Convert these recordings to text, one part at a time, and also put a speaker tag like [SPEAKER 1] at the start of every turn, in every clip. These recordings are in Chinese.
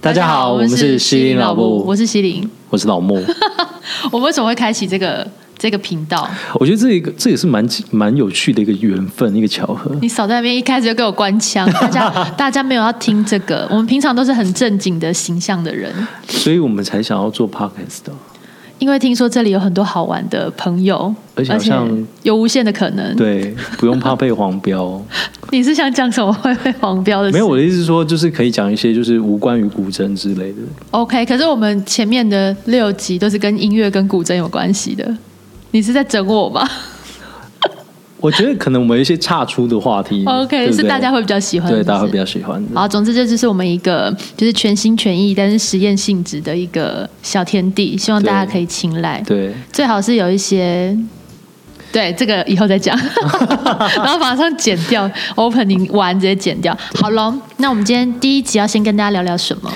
[SPEAKER 1] 大家好，我们是西林老木，
[SPEAKER 2] 我是西林，
[SPEAKER 1] 我是老木。
[SPEAKER 2] 我为什么会开启这个这个频道？
[SPEAKER 1] 我觉得这一个这也是蛮蛮有趣的一个缘分，一个巧合。
[SPEAKER 2] 你少在那边一开始就给我关腔，大家 大家没有要听这个，我们平常都是很正经的形象的人，
[SPEAKER 1] 所以我们才想要做 podcast 的。
[SPEAKER 2] 因为听说这里有很多好玩的朋友，
[SPEAKER 1] 而且好像
[SPEAKER 2] 有无限的可能。
[SPEAKER 1] 对，不用怕被黄标。
[SPEAKER 2] 你是想讲什么会被黄标的？
[SPEAKER 1] 没有，我的意思是说，就是可以讲一些就是无关于古筝之类的。
[SPEAKER 2] OK，可是我们前面的六集都是跟音乐跟古筝有关系的，你是在整我吧？
[SPEAKER 1] 我觉得可能我们有一些岔出的话题
[SPEAKER 2] ，OK，
[SPEAKER 1] 对不对
[SPEAKER 2] 是哦大家会比较喜欢的，
[SPEAKER 1] 对大家会比
[SPEAKER 2] 较。
[SPEAKER 1] 较喜欢的。
[SPEAKER 2] 好，总之这就是我们一个就是全心全意但是实验性质的一个小天地，希望大家
[SPEAKER 1] 对
[SPEAKER 2] 可以青睐，
[SPEAKER 1] 对，
[SPEAKER 2] 最好是有一些。对，这个以 后再讲，然后马上剪掉 opening 完直接剪掉。好了，那我们今天第一集要先跟大家聊聊什么？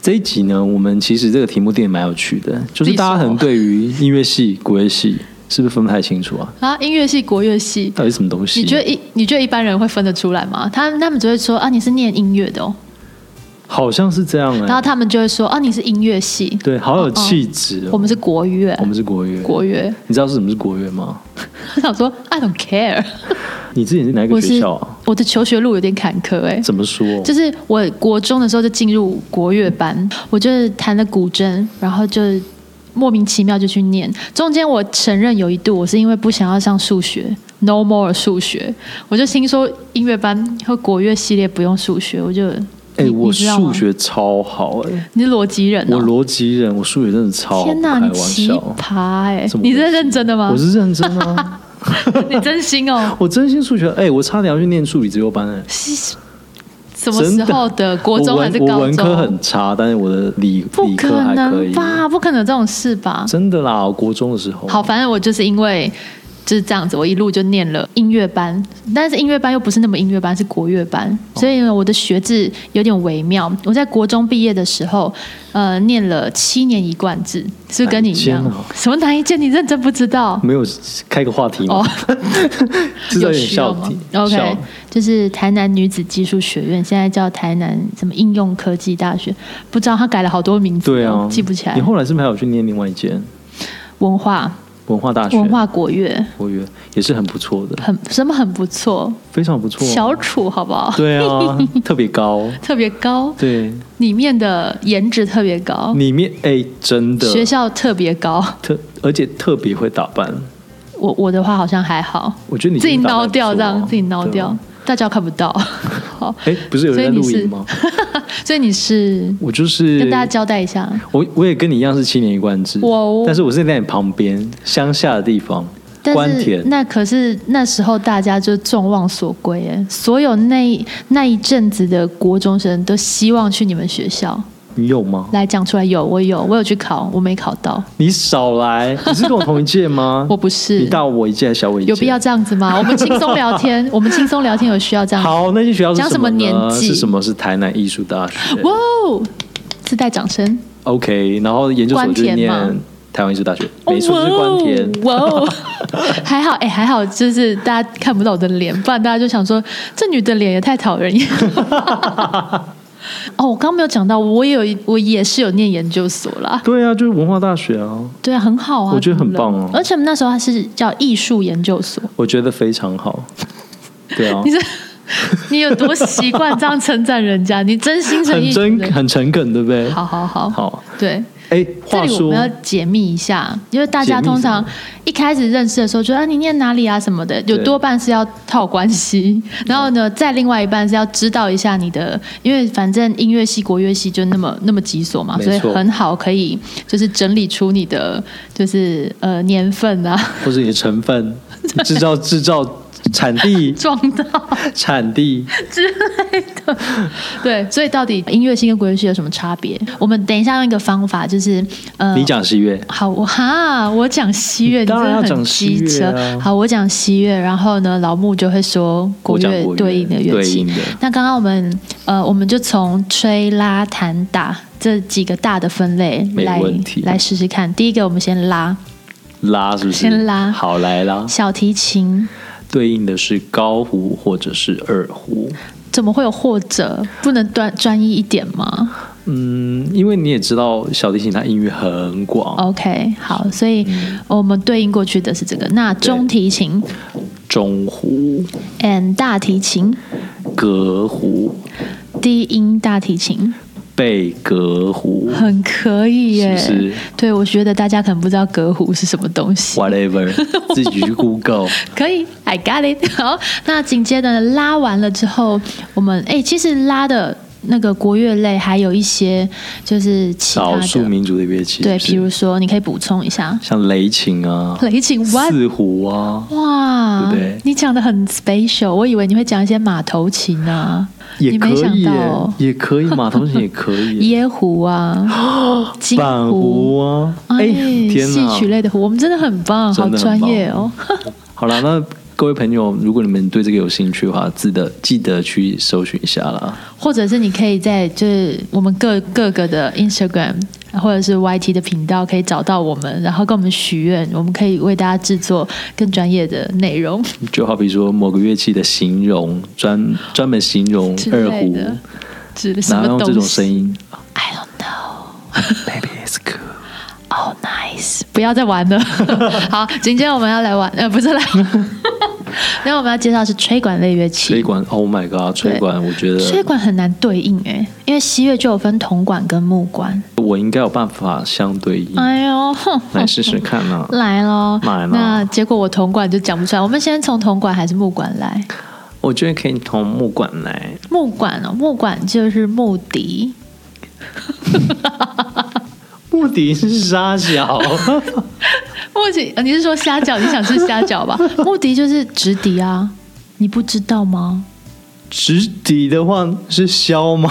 [SPEAKER 1] 这一集呢，我们其实这个题目定得蛮有趣的，就是大家可能对于音乐系、国乐系是不是分不太清楚啊？
[SPEAKER 2] 啊，音乐系、国乐系，
[SPEAKER 1] 到底什么东西？啊
[SPEAKER 2] 你觉得一你觉得一般人会分得出来吗？他他们只会说啊，你是念音乐的哦，
[SPEAKER 1] 好像是这样哎、
[SPEAKER 2] 然后他们就会说啊，你是音乐系，
[SPEAKER 1] 对，好有气质、哦。
[SPEAKER 2] 我们是国乐
[SPEAKER 1] 我，们是国乐，
[SPEAKER 2] 国乐。
[SPEAKER 1] 你知道是什么是国乐吗？
[SPEAKER 2] 他想说 I don't care，
[SPEAKER 1] 你自己是哪一
[SPEAKER 2] 我
[SPEAKER 1] 个学
[SPEAKER 2] 是
[SPEAKER 1] 校啊？
[SPEAKER 2] 我的求学路有点坎坷哎、
[SPEAKER 1] 怎么说？
[SPEAKER 2] 就是我国中的时候就进入国乐班，我就是弹了古筝，然后就莫名其妙就去念。中间我承认有一度我是因为不想要上数学，no more 数学，我就听说音乐班和国乐系列不用数学，我就
[SPEAKER 1] 哎、
[SPEAKER 2] 你
[SPEAKER 1] 我
[SPEAKER 2] 你知道吗
[SPEAKER 1] 数学超好哎、
[SPEAKER 2] 你是逻辑人、哦，
[SPEAKER 1] 我逻辑人，我数学真的超好，
[SPEAKER 2] 天
[SPEAKER 1] 哪，开
[SPEAKER 2] 你
[SPEAKER 1] 玩
[SPEAKER 2] 奇
[SPEAKER 1] 笑。
[SPEAKER 2] 葩哎、
[SPEAKER 1] 怎么回
[SPEAKER 2] 你
[SPEAKER 1] 事
[SPEAKER 2] 是认真的吗
[SPEAKER 1] 我？是认真 啊，
[SPEAKER 2] 你真心哦？
[SPEAKER 1] 我真心数学，哎、我差点要去念数理自由班哎、
[SPEAKER 2] 是什么时候的？国中
[SPEAKER 1] 我
[SPEAKER 2] 还
[SPEAKER 1] 文
[SPEAKER 2] 是
[SPEAKER 1] 我
[SPEAKER 2] 高
[SPEAKER 1] 文科很
[SPEAKER 2] 中？
[SPEAKER 1] 差，但是我的理
[SPEAKER 2] 不
[SPEAKER 1] 理科还可
[SPEAKER 2] 能
[SPEAKER 1] 以，
[SPEAKER 2] 吧？不可能有这种事吧？
[SPEAKER 1] 真的啦，我国中的时候，
[SPEAKER 2] 好，反正我就是因为就是这样子，我一路就念了音乐班，但是音乐班又不是那么音乐班，是国乐班，
[SPEAKER 1] 哦
[SPEAKER 2] 所以呢我的学制有点微妙。我在国中毕业的时候，呃，念了七年一贯制，是不是跟你一样
[SPEAKER 1] 哪一间啊？
[SPEAKER 2] 什么哪一届？你认真不知道？
[SPEAKER 1] 没有开个话题吗？
[SPEAKER 2] 哦
[SPEAKER 1] 知道有点
[SPEAKER 2] 需要
[SPEAKER 1] 笑
[SPEAKER 2] 吗
[SPEAKER 1] 题
[SPEAKER 2] ？OK，
[SPEAKER 1] 笑
[SPEAKER 2] 就是台南女子技术学院，现在叫台南什么应用科技大学，不知道它改了好多名字哦，
[SPEAKER 1] 对啊，
[SPEAKER 2] 记不起来
[SPEAKER 1] 你。后来是不是还有去念另外一间
[SPEAKER 2] 文化
[SPEAKER 1] 文化大学？
[SPEAKER 2] 文化国乐
[SPEAKER 1] 国乐也是很不错的，
[SPEAKER 2] 很什么很不错，
[SPEAKER 1] 非常不错、
[SPEAKER 2] 小楚好不好？
[SPEAKER 1] 对啊，特别高。
[SPEAKER 2] 特别高，
[SPEAKER 1] 对，
[SPEAKER 2] 里面的颜值特别高，
[SPEAKER 1] 里面哎、真的
[SPEAKER 2] 哦学校特别高。
[SPEAKER 1] 特，而且特别会打扮。
[SPEAKER 2] 我我的话好像还好，
[SPEAKER 1] 我觉得你
[SPEAKER 2] 自己
[SPEAKER 1] 今天打扮
[SPEAKER 2] 挠
[SPEAKER 1] 不错
[SPEAKER 2] 掉这样，
[SPEAKER 1] 啊
[SPEAKER 2] 自己挠。掉
[SPEAKER 1] 对，
[SPEAKER 2] 大家看不到。 好，
[SPEAKER 1] 哎、不是有人在录影吗？
[SPEAKER 2] 所以你是
[SPEAKER 1] 我就是
[SPEAKER 2] 跟大家交代一下，
[SPEAKER 1] 我我也跟你一样是七年一贯制，
[SPEAKER 2] 哇哦
[SPEAKER 1] 但是我是在你旁边乡下的地方，
[SPEAKER 2] 但
[SPEAKER 1] 关
[SPEAKER 2] 是
[SPEAKER 1] 田。
[SPEAKER 2] 那可是那时候大家就众望所归，哎，所有那一那一阵子的国中生都希望去你们学校。
[SPEAKER 1] 你有吗？
[SPEAKER 2] 来讲出来，有我有，我有去考，我没考到，？
[SPEAKER 1] 你少来，你是跟我同一届吗
[SPEAKER 2] 我不是
[SPEAKER 1] 你大我一届还是小我一届？
[SPEAKER 2] 有必要这样子吗？我们轻松聊 天，我们轻松聊天有需要这样子吗
[SPEAKER 1] 好，那些学校是
[SPEAKER 2] 讲什
[SPEAKER 1] 么
[SPEAKER 2] 么
[SPEAKER 1] 呢
[SPEAKER 2] 年纪
[SPEAKER 1] 是什么？是台南艺术大学。
[SPEAKER 2] 哇哦，自带掌声！
[SPEAKER 1] OK，然后研究所就
[SPEAKER 2] 关田
[SPEAKER 1] 念
[SPEAKER 2] 吗
[SPEAKER 1] 台湾艺术大学，没错，就是关田。
[SPEAKER 2] 哦哇 哦，还好哎、还好，就是大家看不到我的脸，不然大家就想说这女的脸也太讨人厌了。 哦，我刚没有讲到，我也有一，我也是有念研究所啦。
[SPEAKER 1] 对啊，就是文化大学啊，
[SPEAKER 2] 对啊，很好啊，
[SPEAKER 1] 我觉得很棒哦
[SPEAKER 2] 怎么了而且我们那时候还是叫艺术研究所，
[SPEAKER 1] 我觉得非常 好。对啊
[SPEAKER 2] 你，是你有多习惯这样称赞人家？你真心诚
[SPEAKER 1] 很
[SPEAKER 2] 意
[SPEAKER 1] 真很诚恳，对不对？
[SPEAKER 2] 好好好，
[SPEAKER 1] 好，
[SPEAKER 2] 对。
[SPEAKER 1] 哎，
[SPEAKER 2] 这
[SPEAKER 1] 话
[SPEAKER 2] 里我
[SPEAKER 1] 说
[SPEAKER 2] 们要解密一下，因为大家
[SPEAKER 1] 解密
[SPEAKER 2] 通
[SPEAKER 1] 什么
[SPEAKER 2] 常一开始认识的时候就，啊你念哪里啊什么的，有
[SPEAKER 1] 对
[SPEAKER 2] 多半是要套关 系，然后呢，再另外一半是要知道一下你的，因为反正音乐系、国乐系就那么那么几所嘛，
[SPEAKER 1] 没
[SPEAKER 2] 所以
[SPEAKER 1] 错
[SPEAKER 2] 很好可以就是整理出你的就是呃年份啊
[SPEAKER 1] 或是你的成分、制造、制造产地、
[SPEAKER 2] 撞到
[SPEAKER 1] 产地，
[SPEAKER 2] 之类 的。对，所以到底音乐系跟国乐系有什么差别？我们等一下用一个方法，就是呃，
[SPEAKER 1] 你讲西乐，
[SPEAKER 2] 好，我哈，我讲西乐，
[SPEAKER 1] 你
[SPEAKER 2] 你真
[SPEAKER 1] 当然
[SPEAKER 2] 的
[SPEAKER 1] 要
[SPEAKER 2] 很
[SPEAKER 1] 讲西
[SPEAKER 2] 机
[SPEAKER 1] 乐
[SPEAKER 2] 车。
[SPEAKER 1] 啊
[SPEAKER 2] 好，我讲西乐，然后呢，老木就会说国
[SPEAKER 1] 我讲
[SPEAKER 2] 乐
[SPEAKER 1] 国乐
[SPEAKER 2] 对应的乐
[SPEAKER 1] 对
[SPEAKER 2] 器
[SPEAKER 1] 应的。
[SPEAKER 2] 那刚刚我们呃，我们就从吹、拉、弹、打这几个大的分类
[SPEAKER 1] 没
[SPEAKER 2] 来
[SPEAKER 1] 问题
[SPEAKER 2] 来试试看。第一个，我们先拉
[SPEAKER 1] 拉是不是？
[SPEAKER 2] 先拉
[SPEAKER 1] 好来拉，
[SPEAKER 2] 小提琴，
[SPEAKER 1] 对应的是高胡或者是二胡。
[SPEAKER 2] 怎么会有或者不能专专一一点吗？
[SPEAKER 1] 嗯，因为你也知道小提琴它音域很
[SPEAKER 2] 哦
[SPEAKER 1] 广，
[SPEAKER 2] OK，好，所以我们对应过去的是这个。那中提琴
[SPEAKER 1] 中胡、
[SPEAKER 2] and 大提琴，
[SPEAKER 1] 隔胡、
[SPEAKER 2] 低音大提琴，
[SPEAKER 1] 贝格 胡
[SPEAKER 2] 很可以耶。
[SPEAKER 1] 是不是
[SPEAKER 2] 对，我觉得大家可能不知道隔胡是什么东西。
[SPEAKER 1] ，whatever，自己去 Google。
[SPEAKER 2] 可以，I got it。好， 那紧接着拉完了之后，我们哎，其实拉的那个国乐类还有一些就是其他
[SPEAKER 1] 少数
[SPEAKER 2] 的，
[SPEAKER 1] 民族的乐器，
[SPEAKER 2] 对，
[SPEAKER 1] 是不是
[SPEAKER 2] 比如说你可以补充一下
[SPEAKER 1] 像雷琴啊、
[SPEAKER 2] 雷琴 what？
[SPEAKER 1] 四胡啊，
[SPEAKER 2] 哇
[SPEAKER 1] 对不对，
[SPEAKER 2] 你讲的很 special，我以为你会讲一些马头琴啊，
[SPEAKER 1] 也
[SPEAKER 2] 你
[SPEAKER 1] 可
[SPEAKER 2] 没想
[SPEAKER 1] 以
[SPEAKER 2] 到
[SPEAKER 1] 耶
[SPEAKER 2] 哦，
[SPEAKER 1] 也可以，马头琴也可 以，
[SPEAKER 2] 椰胡啊， 金
[SPEAKER 1] 板
[SPEAKER 2] 胡，
[SPEAKER 1] 胡啊，
[SPEAKER 2] 哎
[SPEAKER 1] 哎，，天
[SPEAKER 2] 戏曲
[SPEAKER 1] 哪！
[SPEAKER 2] 类的胡，我们真的很棒，
[SPEAKER 1] 真
[SPEAKER 2] 好
[SPEAKER 1] 的很
[SPEAKER 2] 专业哦。
[SPEAKER 1] 好了，那各位朋友，如果你们对这个有兴趣的话，记得记得去搜寻一下啦。
[SPEAKER 2] 或者是你可以在就是我们各各个的 Instagram 或者是 YT 的频道可以找到我们，然后跟我们许愿，我们可以为大家制作更专业的内容。
[SPEAKER 1] 就好比说某个乐器的形容，专专门形容
[SPEAKER 2] 之
[SPEAKER 1] 二
[SPEAKER 2] 类
[SPEAKER 1] 胡，
[SPEAKER 2] 的，指什
[SPEAKER 1] 然
[SPEAKER 2] 么
[SPEAKER 1] 后用
[SPEAKER 2] 东西
[SPEAKER 1] 这种声音
[SPEAKER 2] I don't know.
[SPEAKER 1] ，Maybe it's cool。
[SPEAKER 2] Oh, nice！不要再 玩了。好，紧接着我们要来玩，呃，不是来玩。那我们要介绍的是吹管类乐器。
[SPEAKER 1] 吹管，Oh my god，吹管，我觉
[SPEAKER 2] 吹
[SPEAKER 1] 得
[SPEAKER 2] 管很难对应哎、因为西乐就有分铜管跟木管。
[SPEAKER 1] 我应该有办法相对应，
[SPEAKER 2] 哎呦，哼
[SPEAKER 1] 来嗯试试看啊。
[SPEAKER 2] 来喽，
[SPEAKER 1] 来咯
[SPEAKER 2] 那结果我铜管就讲不出来。我们先从铜管还是木管来？
[SPEAKER 1] 我觉得可以从木管来，
[SPEAKER 2] 木管哦，木管就是木笛，
[SPEAKER 1] 目的是沙 小，
[SPEAKER 2] 木笛、呃你是说虾饺？你想吃虾 饺吧？木笛就是直笛啊，你不知道吗？
[SPEAKER 1] 直底的话是削 吗？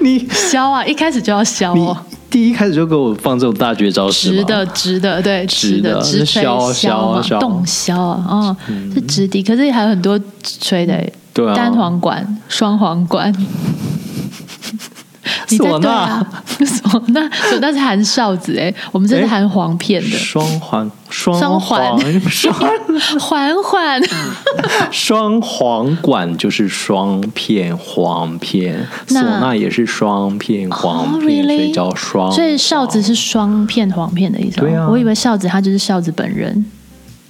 [SPEAKER 1] 你
[SPEAKER 2] 削啊，一开始就要削
[SPEAKER 1] 你
[SPEAKER 2] 哦，
[SPEAKER 1] 第一开始就给我放这种大绝招是吗
[SPEAKER 2] 直的，直的，对，
[SPEAKER 1] 直的
[SPEAKER 2] 的，直吹
[SPEAKER 1] 削啊削啊
[SPEAKER 2] 嘛
[SPEAKER 1] 削啊
[SPEAKER 2] 动削啊，哦，是直笛，可是还有很多吹的欸，
[SPEAKER 1] 嗯对啊
[SPEAKER 2] 单簧管、双簧 管。你在
[SPEAKER 1] 唢呐
[SPEAKER 2] 对啊， 唢呐，唢呐是含哨子哎，我们这是
[SPEAKER 1] 哎
[SPEAKER 2] 含簧片 的，
[SPEAKER 1] 双环双
[SPEAKER 2] 双
[SPEAKER 1] 簧
[SPEAKER 2] 环
[SPEAKER 1] 双
[SPEAKER 2] 缓缓，
[SPEAKER 1] 双簧管就是双片簧片，唢
[SPEAKER 2] 那
[SPEAKER 1] 呐也是双片簧
[SPEAKER 2] 哦
[SPEAKER 1] 片，所以
[SPEAKER 2] really？
[SPEAKER 1] 叫双。
[SPEAKER 2] 所以哨子是双片簧片的意思哦。
[SPEAKER 1] 对啊
[SPEAKER 2] 我以为哨子它就是哨子本人。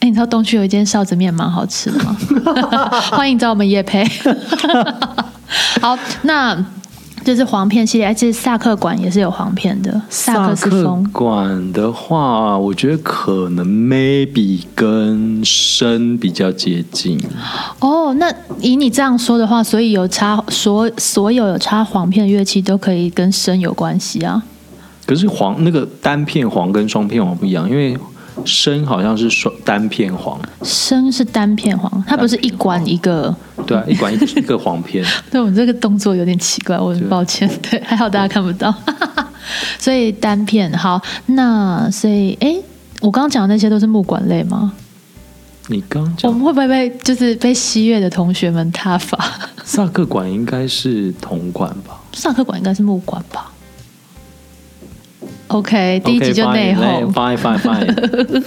[SPEAKER 2] 哎，你知道东区有一间哨子面蛮好吃的 吗？欢迎找我们叶培。好，那这是簧片系列，哎其实萨克管也是有簧片的，萨克斯
[SPEAKER 1] 萨
[SPEAKER 2] 风
[SPEAKER 1] 克。管的话，我觉得可能 maybe 跟笙比较接近。
[SPEAKER 2] 哦，那以你这样说的话，所以有插所所有有插簧片的乐器都可以跟声有关系啊。
[SPEAKER 1] 可是黄那个单片黄跟双片黄不一样，因为笙好像是双单片黄，
[SPEAKER 2] 声是单片簧，它不是一
[SPEAKER 1] 哦
[SPEAKER 2] 管一个。
[SPEAKER 1] 对啊，一管一一个黄片，
[SPEAKER 2] 对我们这个动作有点奇怪，我很抱歉。对，还好大家看不到。 所以单片好，那所以哎，我刚刚讲的那些都是木管类吗？
[SPEAKER 1] 你刚
[SPEAKER 2] 我
[SPEAKER 1] 讲
[SPEAKER 2] 们会不会被就是被西乐的同学们踏伐？
[SPEAKER 1] 萨克管应该是铜管吧？
[SPEAKER 2] 上课管应该是木管吧？OK，第一集就内讧。
[SPEAKER 1] Fine fine fine。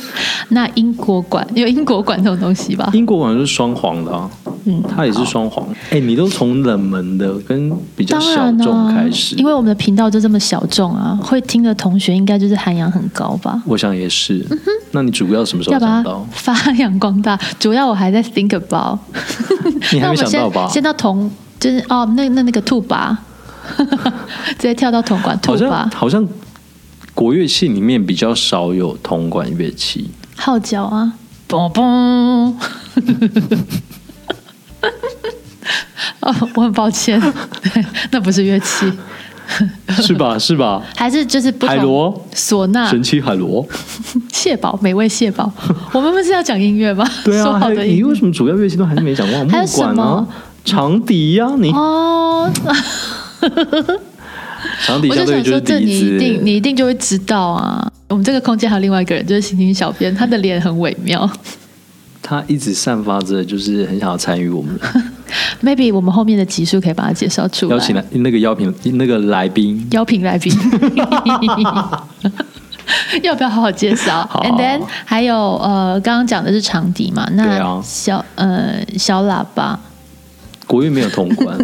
[SPEAKER 2] 那英国管有英国管这种东西吧？
[SPEAKER 1] 英国管就是双黄的、啊，
[SPEAKER 2] 嗯，
[SPEAKER 1] 它也是双黄。哎、你都从冷门的跟比较小
[SPEAKER 2] 当然啊嗯啦、
[SPEAKER 1] 众开始，
[SPEAKER 2] 因为我们的频道就这么小众啊，会听的同学应该就是涵养很高吧？
[SPEAKER 1] 我想也是。那你主要什么时候
[SPEAKER 2] 要把
[SPEAKER 1] 想
[SPEAKER 2] 它
[SPEAKER 1] 到？
[SPEAKER 2] 发扬光大。 主要我还在 think about，
[SPEAKER 1] 你还没
[SPEAKER 2] 那我们
[SPEAKER 1] 想
[SPEAKER 2] 先
[SPEAKER 1] 到吧
[SPEAKER 2] 先到铜，就是哦，那那那个兔吧， 直接跳到铜管兔
[SPEAKER 1] 好像
[SPEAKER 2] 吧，
[SPEAKER 1] 好像国乐器里面比较少有铜管乐器，
[SPEAKER 2] 号角啊，嘣嘣。 哦，我很抱歉， 对那不是乐器，
[SPEAKER 1] 是吧？是 吧？
[SPEAKER 2] 还是就是不同
[SPEAKER 1] 海螺
[SPEAKER 2] 唢呐、
[SPEAKER 1] 神奇海螺，
[SPEAKER 2] 蟹堡、美味蟹堡。 我们不是要讲音乐吗？
[SPEAKER 1] 对
[SPEAKER 2] 说
[SPEAKER 1] 啊，
[SPEAKER 2] 好
[SPEAKER 1] 还有
[SPEAKER 2] 的
[SPEAKER 1] 你
[SPEAKER 2] 音
[SPEAKER 1] 为
[SPEAKER 2] 乐
[SPEAKER 1] 什么主要乐器都还是没讲过？
[SPEAKER 2] 还有
[SPEAKER 1] 木
[SPEAKER 2] 什
[SPEAKER 1] 管啊
[SPEAKER 2] 么，
[SPEAKER 1] 长笛呀、你、
[SPEAKER 2] 哦，
[SPEAKER 1] 长笛
[SPEAKER 2] 我
[SPEAKER 1] 相
[SPEAKER 2] 就
[SPEAKER 1] 对于
[SPEAKER 2] 想
[SPEAKER 1] 就
[SPEAKER 2] 说，
[SPEAKER 1] 是
[SPEAKER 2] 这你
[SPEAKER 1] 笛
[SPEAKER 2] 一定
[SPEAKER 1] 子，
[SPEAKER 2] 你一定就会知道啊。我们这个空间还有另外一个人，就是刑警小编，他的脸很微妙。
[SPEAKER 1] 它一直散发着就是很想要参与我们
[SPEAKER 2] Maybe 我们后面的集数可以把它介绍出来。
[SPEAKER 1] 邀请来那个邀请那个来宾，
[SPEAKER 2] 邀请来宾， 要不要好好介绍
[SPEAKER 1] 好
[SPEAKER 2] ？And then 还有呃，刚刚讲的是长笛嘛，
[SPEAKER 1] 对
[SPEAKER 2] 那
[SPEAKER 1] 啊
[SPEAKER 2] 小、呃小喇叭，
[SPEAKER 1] 国乐没有通关，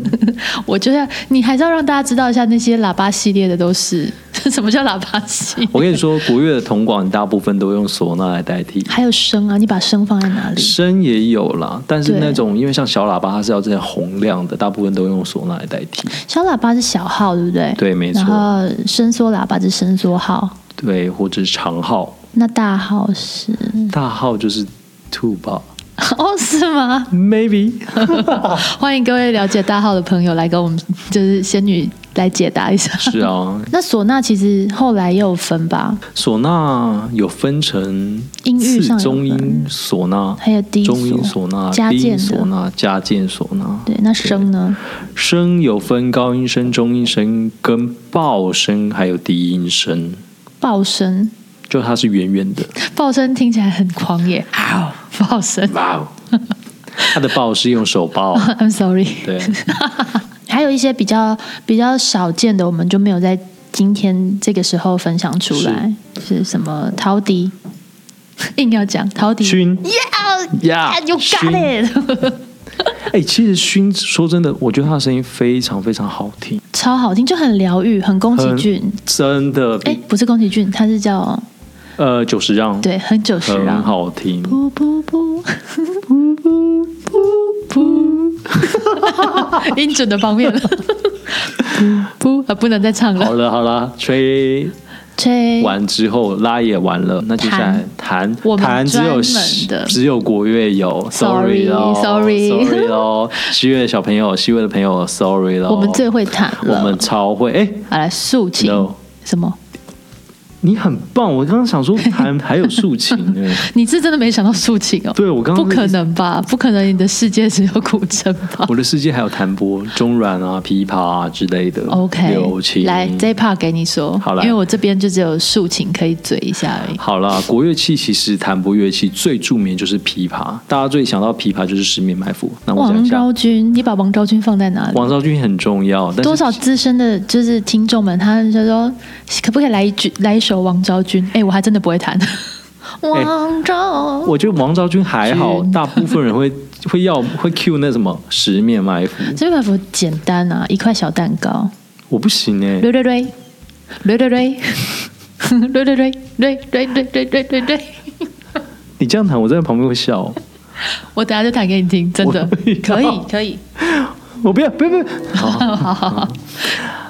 [SPEAKER 2] 我就要你还是要让大家知道一下那些喇叭系列的都是 什么叫喇叭系，
[SPEAKER 1] 我跟你说，国乐的铜管大部分都用唢呐来代替。
[SPEAKER 2] 还有声啊，你把声放在哪里？
[SPEAKER 1] 声也有啦，但是
[SPEAKER 2] 对
[SPEAKER 1] 那种因为像小喇叭，它是要这样洪亮的，大部分都用唢呐来代替。
[SPEAKER 2] 小喇叭是小号，对不对？
[SPEAKER 1] 对，没
[SPEAKER 2] 然
[SPEAKER 1] 错，
[SPEAKER 2] 后伸缩喇叭是伸缩号，
[SPEAKER 1] 对，或者是长号，
[SPEAKER 2] 那大号是
[SPEAKER 1] 大号就是 two 吧
[SPEAKER 2] 哦是吗？
[SPEAKER 1] ，maybe。
[SPEAKER 2] 欢迎各位了解大号的朋友来跟我们就是仙女来解答一下。
[SPEAKER 1] 是啊，
[SPEAKER 2] 那唢呐其实后来也有分吧，
[SPEAKER 1] 唢呐有分成
[SPEAKER 2] 音域
[SPEAKER 1] 次
[SPEAKER 2] 上有
[SPEAKER 1] 中音
[SPEAKER 2] 分
[SPEAKER 1] 唢呐、
[SPEAKER 2] 还有低
[SPEAKER 1] 中音
[SPEAKER 2] 唢
[SPEAKER 1] 唢呐、
[SPEAKER 2] 加
[SPEAKER 1] 低音
[SPEAKER 2] 键
[SPEAKER 1] 唢
[SPEAKER 2] 的。
[SPEAKER 1] 呐、加键唢呐。
[SPEAKER 2] 对，那声呢？
[SPEAKER 1] 声有分高音声、中音声、跟爆声，还有低音声，
[SPEAKER 2] 爆声，
[SPEAKER 1] 就它是圆圆的。
[SPEAKER 2] 爆声听起来很狂野，爆声。
[SPEAKER 1] 哇 哦！它的爆是用手爆，
[SPEAKER 2] I'm sorry。
[SPEAKER 1] 对，
[SPEAKER 2] 还有一些比较比较少见的，我们就没有在今天这个时候分享出来，是什么？陶笛，硬要讲陶笛。
[SPEAKER 1] 熏
[SPEAKER 2] Yeah,
[SPEAKER 1] 呀
[SPEAKER 2] you
[SPEAKER 1] 熏
[SPEAKER 2] got it，
[SPEAKER 1] 哎，其实熏，说真的，我觉得他的声音非常非常好听，呃
[SPEAKER 2] 超好听，就很疗愈，很宫崎骏。
[SPEAKER 1] 真的
[SPEAKER 2] 哎
[SPEAKER 1] 比，
[SPEAKER 2] 不是宫崎骏，他是叫
[SPEAKER 1] 呃九十让
[SPEAKER 2] 对，很久十
[SPEAKER 1] 很
[SPEAKER 2] 啊。
[SPEAKER 1] 好听，
[SPEAKER 2] 不不不音准的 方面了，不不啊，不能再唱
[SPEAKER 1] 好
[SPEAKER 2] 了。
[SPEAKER 1] 了好了，吹
[SPEAKER 2] 吹
[SPEAKER 1] 完之后拉也完了，那接下来弹
[SPEAKER 2] 我们
[SPEAKER 1] 弹只有
[SPEAKER 2] 专门的
[SPEAKER 1] 只有国乐有，sorry
[SPEAKER 2] Sorry，
[SPEAKER 1] 喽
[SPEAKER 2] sorry
[SPEAKER 1] sorry 喽，西乐的小朋友，西乐的朋友，sorry 喽，
[SPEAKER 2] 我们最会弹了。
[SPEAKER 1] 我们超会，哎，
[SPEAKER 2] 好来竖琴
[SPEAKER 1] No
[SPEAKER 2] 什么？
[SPEAKER 1] 你很棒，我刚刚想 说弹还有竖琴呢，
[SPEAKER 2] 你是真的没想到竖琴哦？
[SPEAKER 1] 对我刚
[SPEAKER 2] 不
[SPEAKER 1] 刚
[SPEAKER 2] 可能吧？不可能，你的世界只有古筝吧
[SPEAKER 1] 我的世界还有弹拨、中阮啊、琵琶啊之类的。
[SPEAKER 2] ？OK，
[SPEAKER 1] 柳琴。
[SPEAKER 2] 来这一 part 给你说，
[SPEAKER 1] 好来
[SPEAKER 2] 因为我这边就只有竖琴可以嘴一下而已。
[SPEAKER 1] 好啦，国乐器其实弹拨乐器最著名就是琵琶，大家最想到琵琶就是十面埋伏。那我讲
[SPEAKER 2] 王
[SPEAKER 1] 一下，
[SPEAKER 2] 昭君，你把王昭君放在哪里？
[SPEAKER 1] 王昭君很重要，但是
[SPEAKER 2] 多少资深的，就是听众们，他就说，可不可以来一句，来一首王昭君？哎，我还真的不会 弹。哎王昭，
[SPEAKER 1] 我觉得王昭君还好，
[SPEAKER 2] 君
[SPEAKER 1] 大部分人会会要会 cue 那什么十面埋伏，
[SPEAKER 2] 这个不简单啊，一块小蛋糕。
[SPEAKER 1] 我不行哎、
[SPEAKER 2] 瑞瑞瑞，瑞 瑞瑞，瑞瑞瑞，瑞瑞瑞瑞瑞瑞瑞。
[SPEAKER 1] 你这样弹我在旁边会笑，
[SPEAKER 2] 我等下就弹给你听，真 的
[SPEAKER 1] 我不要
[SPEAKER 2] 可以可以。
[SPEAKER 1] 我哦不要不要不要。好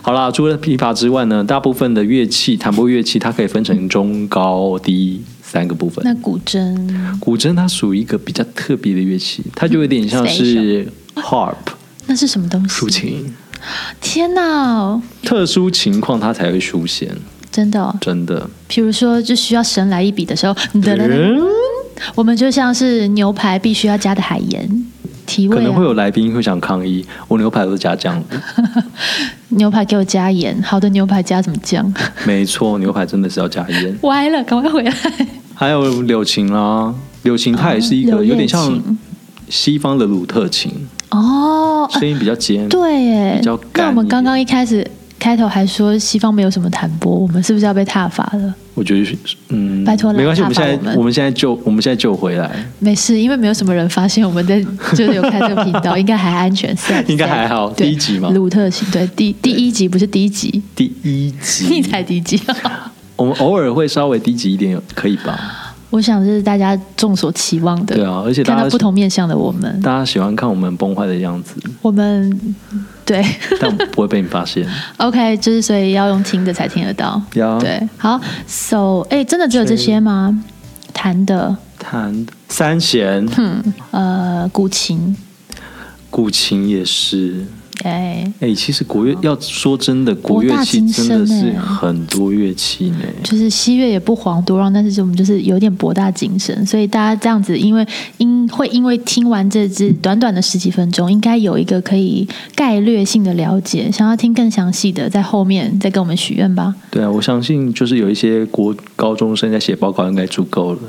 [SPEAKER 1] 好啦，除了琵琶之外呢，大部分的乐器弹拨乐器它可以分成中高低三个部分。
[SPEAKER 2] 那古筝，
[SPEAKER 1] 古筝它属于一个比较特别的乐器，它就有点像是 harp
[SPEAKER 2] 那是什么东
[SPEAKER 1] 抒
[SPEAKER 2] 西？
[SPEAKER 1] 情，
[SPEAKER 2] 天哪，哦
[SPEAKER 1] 特殊情况它才会出现，
[SPEAKER 2] 真的哦！
[SPEAKER 1] 真的。
[SPEAKER 2] 比如说，就需要神来一笔的时候，嗯噔噔
[SPEAKER 1] 嗯
[SPEAKER 2] 噔我们就像是牛排必须要加的海盐提
[SPEAKER 1] 可
[SPEAKER 2] 味
[SPEAKER 1] 能会
[SPEAKER 2] 啊。
[SPEAKER 1] 有来宾会想抗议，我牛排都加 酱的，
[SPEAKER 2] 牛排给我加盐，好的牛排加什么酱？
[SPEAKER 1] 没错，牛排真的是要加盐。
[SPEAKER 2] 歪了，赶快回来。
[SPEAKER 1] 还有柳琴啦，柳琴它也是一
[SPEAKER 2] 哦
[SPEAKER 1] 个
[SPEAKER 2] 柳
[SPEAKER 1] 有点像
[SPEAKER 2] 叶琴
[SPEAKER 1] 西方的鲁特琴，
[SPEAKER 2] 哦，
[SPEAKER 1] 声音比较尖。
[SPEAKER 2] 对耶
[SPEAKER 1] 比较，
[SPEAKER 2] 那
[SPEAKER 1] 干
[SPEAKER 2] 我
[SPEAKER 1] 一
[SPEAKER 2] 们
[SPEAKER 1] 点
[SPEAKER 2] 刚刚一开始开头还说西方没有什么弹拨，我们是不是要被踏伐了？
[SPEAKER 1] 我觉得是，嗯，
[SPEAKER 2] 拜托啦
[SPEAKER 1] 没关系，我们
[SPEAKER 2] 打
[SPEAKER 1] 现在
[SPEAKER 2] 发我们
[SPEAKER 1] 我们现在救我们现在救回来，
[SPEAKER 2] 没事，因为没有什么人发现我们在就是有开这个频道，应该还安全。safe，
[SPEAKER 1] 应该还
[SPEAKER 2] safe
[SPEAKER 1] 好
[SPEAKER 2] 对
[SPEAKER 1] 第一集嘛
[SPEAKER 2] 鲁特型对，第第一集不是第一集，
[SPEAKER 1] 第一集，
[SPEAKER 2] 你才第 一集。
[SPEAKER 1] 我们偶尔会稍微低级一点，可以 吧？
[SPEAKER 2] 我想这是大家众所期望的，
[SPEAKER 1] 对啊而且大
[SPEAKER 2] 看
[SPEAKER 1] 家
[SPEAKER 2] 到不同面向的我们，
[SPEAKER 1] 大家喜欢看我们崩坏的样 子，
[SPEAKER 2] 我们对
[SPEAKER 1] 但不会被你发现。
[SPEAKER 2] OK，就是所以要用听的才听得到。
[SPEAKER 1] 要
[SPEAKER 2] 对，好，So，哎，真的只有这些吗？弹的，
[SPEAKER 1] 弹三弦，
[SPEAKER 2] 嗯，呃，古琴，
[SPEAKER 1] 古琴也是。
[SPEAKER 2] 哎，
[SPEAKER 1] 哎、其实国乐要说真的，国乐器
[SPEAKER 2] 博大精
[SPEAKER 1] 真
[SPEAKER 2] 深
[SPEAKER 1] 的是
[SPEAKER 2] 欸
[SPEAKER 1] 很多乐器呢。
[SPEAKER 2] 就是西乐也不遑多让，但是就我们就是有点博大精深，所以大家这样子，因为因会因为听完这支短短的十几分钟，应该有一个可以概略性的了解。想要听更详细的，在后面再跟我们许愿吧。
[SPEAKER 1] 对啊，我相信就是有一些国高中生在写报告应该足够了。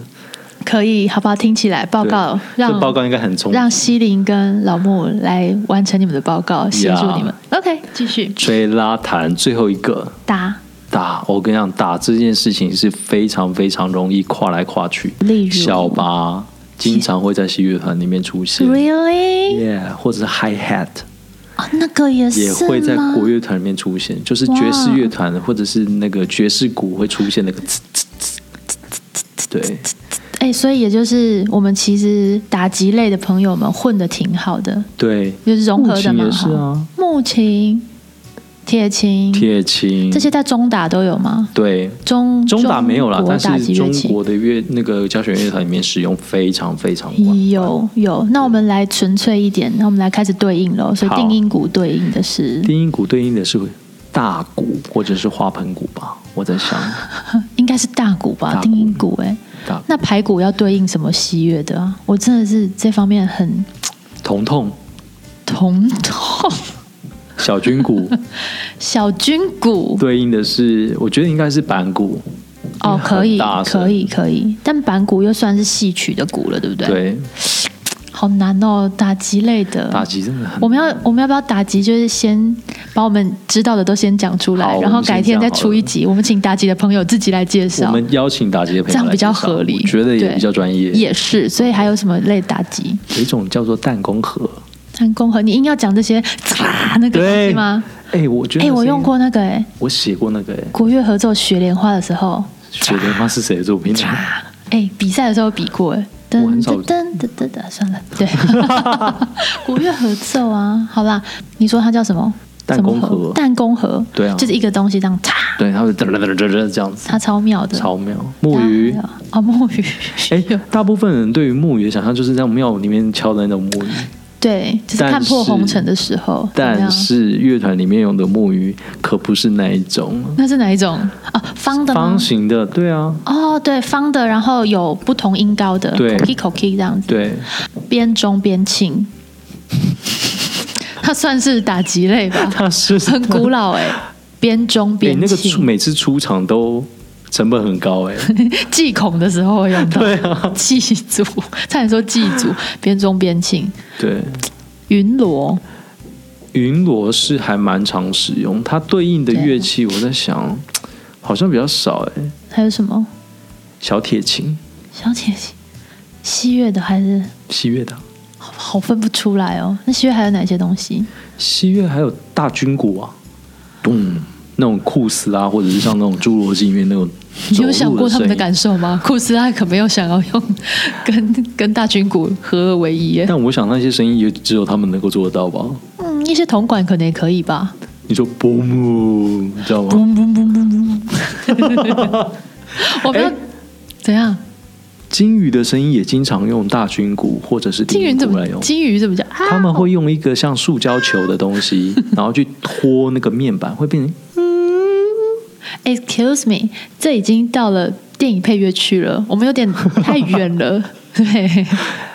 [SPEAKER 2] 可以，好不好？听起来报
[SPEAKER 1] 对啊
[SPEAKER 2] 告让
[SPEAKER 1] 这报告应该很充
[SPEAKER 2] 让西林跟老木来完成你们的报告，协助你们。OK，继续
[SPEAKER 1] 吹拉弹最后一个
[SPEAKER 2] 打，
[SPEAKER 1] 打，我跟你讲，打这件事情是非常非常容易跨来跨去。
[SPEAKER 2] 例如
[SPEAKER 1] 小八、经常会在西乐团里面出现。
[SPEAKER 2] Really？
[SPEAKER 1] Yeah，或者是 Hi Hat。
[SPEAKER 2] 啊，那个也是
[SPEAKER 1] 也会在
[SPEAKER 2] 吗
[SPEAKER 1] 国乐团里面出现，就是爵士乐团或者是那个爵士鼓会出现那个呲呲呲呲，对，
[SPEAKER 2] 哎、所以也就是我们其实打击类的朋友们混的挺好的，
[SPEAKER 1] 对，
[SPEAKER 2] 就是融合的蛮好
[SPEAKER 1] 木琴也是啊。
[SPEAKER 2] 木琴、铁琴
[SPEAKER 1] 铁琴
[SPEAKER 2] 这些在中打都有吗？
[SPEAKER 1] 对。
[SPEAKER 2] 中
[SPEAKER 1] 中打没有啦，
[SPEAKER 2] 国
[SPEAKER 1] 但
[SPEAKER 2] 打击
[SPEAKER 1] 是
[SPEAKER 2] 乐
[SPEAKER 1] 中
[SPEAKER 2] 器
[SPEAKER 1] 国的乐那个交响乐团里面使用非常非常广。
[SPEAKER 2] 有有。那我们来纯粹一点，那我们来开始对应喽。所以
[SPEAKER 1] 好
[SPEAKER 2] 定音鼓对应的是
[SPEAKER 1] 低音鼓对应的是大鼓或者是花盆鼓吧，我在想
[SPEAKER 2] 应该是大鼓吧？
[SPEAKER 1] 大鼓
[SPEAKER 2] 定音鼓哎、
[SPEAKER 1] 大鼓
[SPEAKER 2] 那排鼓要对应什么西乐的啊？我真的是这方面很
[SPEAKER 1] 铜痛
[SPEAKER 2] 头痛。
[SPEAKER 1] 小军 鼓
[SPEAKER 2] 小军鼓
[SPEAKER 1] 对应的是，我觉得应该是板鼓。
[SPEAKER 2] 哦，可以
[SPEAKER 1] 很大，声
[SPEAKER 2] 可以，可以。但板鼓又算是戏曲的鼓了，对不对？，
[SPEAKER 1] 对，
[SPEAKER 2] 好难哦，打击类的。
[SPEAKER 1] 打击真的很
[SPEAKER 2] 我们要我们要不要打击？就是先把我们知道的都先讲出来
[SPEAKER 1] 好，
[SPEAKER 2] 然
[SPEAKER 1] 我
[SPEAKER 2] 后
[SPEAKER 1] 们先
[SPEAKER 2] 改天再
[SPEAKER 1] 讲好
[SPEAKER 2] 出一
[SPEAKER 1] 了
[SPEAKER 2] 集，我们请打击的朋友自己来介
[SPEAKER 1] 我
[SPEAKER 2] 绍，
[SPEAKER 1] 们邀请打击的朋友
[SPEAKER 2] 这样
[SPEAKER 1] 来
[SPEAKER 2] 比较
[SPEAKER 1] 介绍
[SPEAKER 2] 合理，
[SPEAKER 1] 我觉得也
[SPEAKER 2] 对
[SPEAKER 1] 比较专业。
[SPEAKER 2] 也是，所以还有什么类打击？
[SPEAKER 1] 有一种叫做弹弓盒，
[SPEAKER 2] 弹弓和你硬要讲这些，嚓那个东西吗？
[SPEAKER 1] 哎、我觉得
[SPEAKER 2] 哎、
[SPEAKER 1] 那
[SPEAKER 2] 我
[SPEAKER 1] 声音
[SPEAKER 2] 用，过那个哎、
[SPEAKER 1] 我写过那个、哎，
[SPEAKER 2] 国乐合奏《雪莲花》的时候，
[SPEAKER 1] 雪莲花是谁的作 品？啊
[SPEAKER 2] 哎、比赛的时候比过哎、
[SPEAKER 1] 我很
[SPEAKER 2] 噔
[SPEAKER 1] 少
[SPEAKER 2] 噔噔噔噔噔，算了，对， 国乐合奏啊，好啦，你说它叫什么？
[SPEAKER 1] 弹弓盒
[SPEAKER 2] 什么弹弓盒，
[SPEAKER 1] 对啊
[SPEAKER 2] 就是一个东西这样嚓，
[SPEAKER 1] 对，它会噔噔噔噔噔这样子，
[SPEAKER 2] 它超妙的。
[SPEAKER 1] 超妙。木鱼，
[SPEAKER 2] 然后还有哦，木鱼，
[SPEAKER 1] 哎、大部分人对于木鱼的想象就是在庙里面敲的那种木鱼，
[SPEAKER 2] 对，就是
[SPEAKER 1] 但
[SPEAKER 2] 看破
[SPEAKER 1] 是
[SPEAKER 2] 红尘的时候，怎么
[SPEAKER 1] 但
[SPEAKER 2] 样
[SPEAKER 1] 是乐团里面用的木鱼可不是那一种，
[SPEAKER 2] 那是哪一种啊？方的吗
[SPEAKER 1] 方？形的，对啊，
[SPEAKER 2] 哦，对，方的，然后有不同音高的，
[SPEAKER 1] 对
[SPEAKER 2] 口 key 口 key 这样子，
[SPEAKER 1] 对，
[SPEAKER 2] 边中边 轻，它算是打击类吧，
[SPEAKER 1] 它是
[SPEAKER 2] 很古老哎、边中
[SPEAKER 1] 哎、
[SPEAKER 2] 边
[SPEAKER 1] 那个出
[SPEAKER 2] 轻，
[SPEAKER 1] 每次出场都成本很高、 哎，
[SPEAKER 2] 祭孔的时候会用到，
[SPEAKER 1] 对啊，
[SPEAKER 2] 祭祖，差点说祭祖，边中边轻，
[SPEAKER 1] 对。
[SPEAKER 2] 云锣，
[SPEAKER 1] 云锣是还蛮常使用，它对应的乐器我在想，好像比较少哎、
[SPEAKER 2] 还有什么？
[SPEAKER 1] 小铁琴，
[SPEAKER 2] 小姐姐，西乐的还是
[SPEAKER 1] 西乐的，
[SPEAKER 2] 好好分不出来哦。那西乐还有哪些东西？
[SPEAKER 1] 西乐还有大军鼓啊，咚，那种库斯啊，或者是像那种侏罗纪里面那种
[SPEAKER 2] 你
[SPEAKER 1] 走
[SPEAKER 2] 有想
[SPEAKER 1] 路
[SPEAKER 2] 过他们
[SPEAKER 1] 声
[SPEAKER 2] 的
[SPEAKER 1] 音。
[SPEAKER 2] 感受吗？库斯拉可没有想要用跟跟大军鼓合二为一耶。
[SPEAKER 1] 但我想那些声音也只有他们能够做得到吧？
[SPEAKER 2] 嗯，一些铜管可能也可以吧。
[SPEAKER 1] 你说 boom，你知道吗？
[SPEAKER 2] 嘣嘣嘣嘣嘣。 我们要、
[SPEAKER 1] 哎
[SPEAKER 2] 怎样？
[SPEAKER 1] 金鱼的声音也经常用大军鼓或者是低
[SPEAKER 2] 金鱼
[SPEAKER 1] 音
[SPEAKER 2] 怎
[SPEAKER 1] 鼓
[SPEAKER 2] 么
[SPEAKER 1] 来？用。
[SPEAKER 2] 金鱼怎么讲？啊
[SPEAKER 1] 他们会用一个像塑胶球的东 西，然后去拖那个面板，会变成
[SPEAKER 2] Excuse me，这已经到了电影配乐区了，我们有点太远 了。对，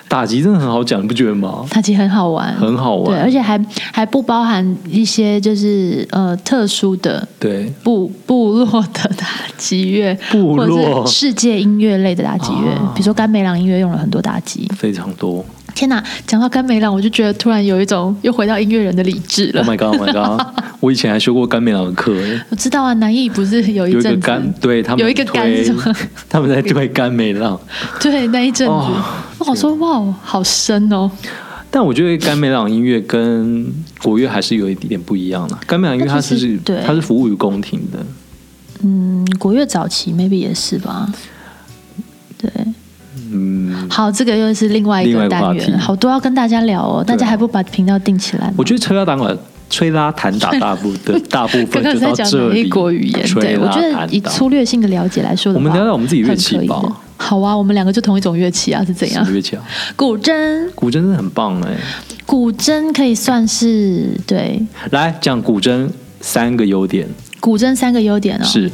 [SPEAKER 1] 打击，真的很好讲，你不觉得吗？
[SPEAKER 2] 它其实很好玩，
[SPEAKER 1] 很好玩
[SPEAKER 2] 对，而且还还不包含一些就是呃特殊的
[SPEAKER 1] 对，
[SPEAKER 2] 部部落的打击乐，
[SPEAKER 1] 部
[SPEAKER 2] 或
[SPEAKER 1] 落
[SPEAKER 2] 者是世界音乐类的打击乐，
[SPEAKER 1] 啊
[SPEAKER 2] 比如说甘美朗音乐用了很多打击。
[SPEAKER 1] 非常多。
[SPEAKER 2] 天哪，讲到甘美朗，我就觉得突然有一种又回到音乐人的理智了。
[SPEAKER 1] Oh my god, oh my god！我以前还修过甘美朗的课，
[SPEAKER 2] 我知道啊，南艺不是
[SPEAKER 1] 有
[SPEAKER 2] 有一
[SPEAKER 1] 一个
[SPEAKER 2] 阵子
[SPEAKER 1] 甘，对他们
[SPEAKER 2] 有一个甘
[SPEAKER 1] 推
[SPEAKER 2] 什么？
[SPEAKER 1] 他们在对甘美朗，
[SPEAKER 2] 对那一阵子，
[SPEAKER 1] 哦
[SPEAKER 2] 哇我说哇，好深哦。
[SPEAKER 1] 但我觉得甘美朗音乐跟国乐还是有一点不一样的。甘美朗音乐它
[SPEAKER 2] 但其实
[SPEAKER 1] 是
[SPEAKER 2] 对
[SPEAKER 1] 它是服务于宫廷的，
[SPEAKER 2] 嗯，国乐早期 maybe 也是吧。对，
[SPEAKER 1] 嗯，
[SPEAKER 2] 好，这个又是另外一
[SPEAKER 1] 另外
[SPEAKER 2] 个
[SPEAKER 1] 一个
[SPEAKER 2] 单
[SPEAKER 1] 话题啊
[SPEAKER 2] 元，好多要跟大家聊哦。大家还不把频道定起来吗？
[SPEAKER 1] 我觉得吹拉弹管。吹拉弹打大部的大部
[SPEAKER 2] 刚
[SPEAKER 1] 分
[SPEAKER 2] 刚
[SPEAKER 1] 就
[SPEAKER 2] 在
[SPEAKER 1] 到
[SPEAKER 2] 讲
[SPEAKER 1] 这
[SPEAKER 2] 哪一
[SPEAKER 1] 里。
[SPEAKER 2] 国语言？
[SPEAKER 1] 吹
[SPEAKER 2] 对，我
[SPEAKER 1] 拉
[SPEAKER 2] 觉得
[SPEAKER 1] 弹
[SPEAKER 2] 以
[SPEAKER 1] 打，
[SPEAKER 2] 粗略性的了解来说的
[SPEAKER 1] 我
[SPEAKER 2] 话，
[SPEAKER 1] 们聊聊我们自己乐器
[SPEAKER 2] 很可以
[SPEAKER 1] 吧
[SPEAKER 2] 的。好啊，我们两个就同一种乐器啊，是怎
[SPEAKER 1] 什
[SPEAKER 2] 样
[SPEAKER 1] 么？乐器啊？
[SPEAKER 2] 古筝，
[SPEAKER 1] 古筝真的很棒哎、
[SPEAKER 2] 古筝可以算是对
[SPEAKER 1] 来讲古筝三个优点
[SPEAKER 2] 古筝三个优点哦，
[SPEAKER 1] 是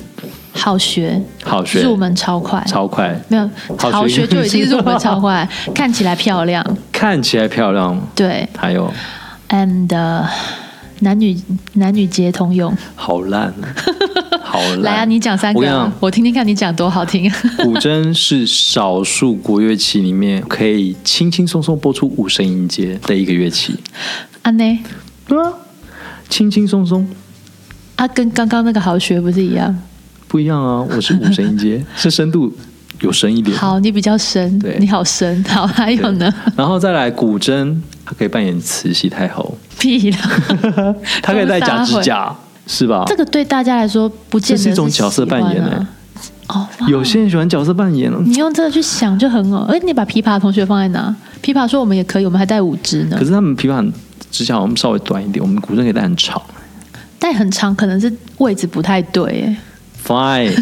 [SPEAKER 2] 好学，
[SPEAKER 1] 好学、
[SPEAKER 2] 入门超快，
[SPEAKER 1] 超快，
[SPEAKER 2] 没有
[SPEAKER 1] 好学
[SPEAKER 2] 好学就已经入门超快，看起来漂亮，
[SPEAKER 1] 看起来漂亮，
[SPEAKER 2] 对
[SPEAKER 1] 还有
[SPEAKER 2] ，and、男呃女男女皆通用。
[SPEAKER 1] 好 烂，好烂。
[SPEAKER 2] 来啊，你讲三个
[SPEAKER 1] 我跟你
[SPEAKER 2] 啊
[SPEAKER 1] 讲，，
[SPEAKER 2] 我听听看你讲多好听。
[SPEAKER 1] 古筝是少数国乐器里面可以轻轻松松拨出五声音阶的一个乐器。
[SPEAKER 2] 安内，嗯
[SPEAKER 1] 对啊，轻轻松松嗯
[SPEAKER 2] 啊，跟刚刚那个好学不是一样？
[SPEAKER 1] 不一样啊，我是五声音阶，是深度有深一点。
[SPEAKER 2] 好，你比较深
[SPEAKER 1] 对，
[SPEAKER 2] 你好深。好，还有呢？
[SPEAKER 1] 然后再来古筝，她可以扮演慈禧太后，
[SPEAKER 2] 屁啦，
[SPEAKER 1] 她可以戴假指甲，是吧？
[SPEAKER 2] 这个对大家来说不见
[SPEAKER 1] 这
[SPEAKER 2] 得
[SPEAKER 1] 是一种角色扮演欸
[SPEAKER 2] 喜欢啊哦，哇
[SPEAKER 1] 有些人喜欢角色扮演哦，
[SPEAKER 2] 你用这个去想就很好。哎，你把琵琶的同学放在哪？琵琶说我们也可以，我们还带五支呢
[SPEAKER 1] 可。是他们琵琶很指甲我们稍微短一点，我们古筝可以戴很长。
[SPEAKER 2] 带很长可能是位置不太对。哎
[SPEAKER 1] Fine，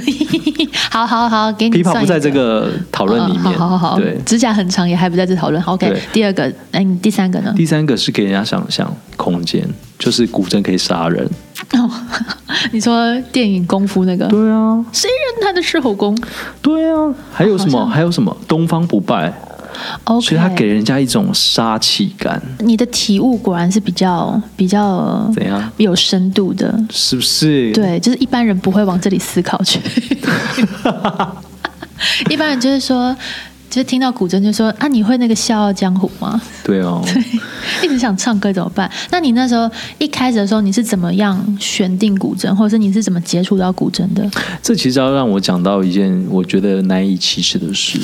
[SPEAKER 2] 好好好，给你
[SPEAKER 1] 琵琶
[SPEAKER 2] 算
[SPEAKER 1] 不
[SPEAKER 2] 一
[SPEAKER 1] 在这个讨
[SPEAKER 2] 讨
[SPEAKER 1] 论里面。
[SPEAKER 2] 好好好，
[SPEAKER 1] 对。
[SPEAKER 2] 指甲很长也还不在这讨论。好 OK，
[SPEAKER 1] 对
[SPEAKER 2] 第二个，哎，你第三个呢？
[SPEAKER 1] 第三个是给人家想象空间，就是古筝可以杀人。
[SPEAKER 2] 哦，你说电影功夫那个，
[SPEAKER 1] 对啊，
[SPEAKER 2] 谁认他的是后宫
[SPEAKER 1] 对啊，还有什
[SPEAKER 2] 好
[SPEAKER 1] 么？
[SPEAKER 2] 像
[SPEAKER 1] 还有什么？东方不败，
[SPEAKER 2] ？OK，
[SPEAKER 1] 所以他给人家一种杀气感，
[SPEAKER 2] 你的体悟果然是比较比较
[SPEAKER 1] 怎样？
[SPEAKER 2] 有深度的。
[SPEAKER 1] 是不是？，
[SPEAKER 2] 对，就是一般人不会往这里思考 去。 一般人就是说，就是听到古筝就说啊，你会那个《笑傲江湖》吗？
[SPEAKER 1] 对哦，
[SPEAKER 2] 一直想唱歌怎么办？那你那时候一开始的时候，你是怎么样选定古筝，或者是你是怎么接触到古筝的？
[SPEAKER 1] 这其实要让我讲到一件我觉得难以启齿的 事，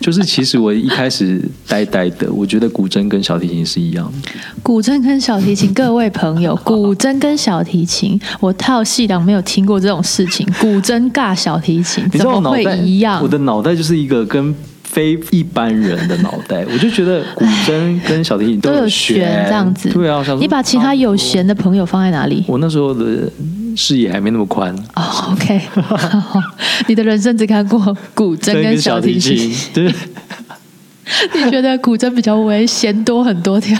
[SPEAKER 1] 就是其实我一开始呆呆的，我觉得古筝跟小提琴是一样的。
[SPEAKER 2] 古筝跟小提琴，各位朋 友，古筝跟小提琴，我套戏党没有听过这种事情。古筝尬小提琴，
[SPEAKER 1] 你知
[SPEAKER 2] 怎
[SPEAKER 1] 道
[SPEAKER 2] 么
[SPEAKER 1] 我脑
[SPEAKER 2] 会
[SPEAKER 1] 袋
[SPEAKER 2] 一样
[SPEAKER 1] 我？的脑袋就是一个跟非一般人的脑袋，我就觉得古筝跟小提琴
[SPEAKER 2] 都有
[SPEAKER 1] 有
[SPEAKER 2] 弦这样子。
[SPEAKER 1] 对啊，我想说
[SPEAKER 2] 你把其他有弦的朋友放在哪里？
[SPEAKER 1] 我那时候的视野还没那么宽，
[SPEAKER 2] 哦、o k 你的人生只看过古筝跟小提琴，
[SPEAKER 1] 真跟小提琴， 对，
[SPEAKER 2] 你觉得古筝比较危险多很多条？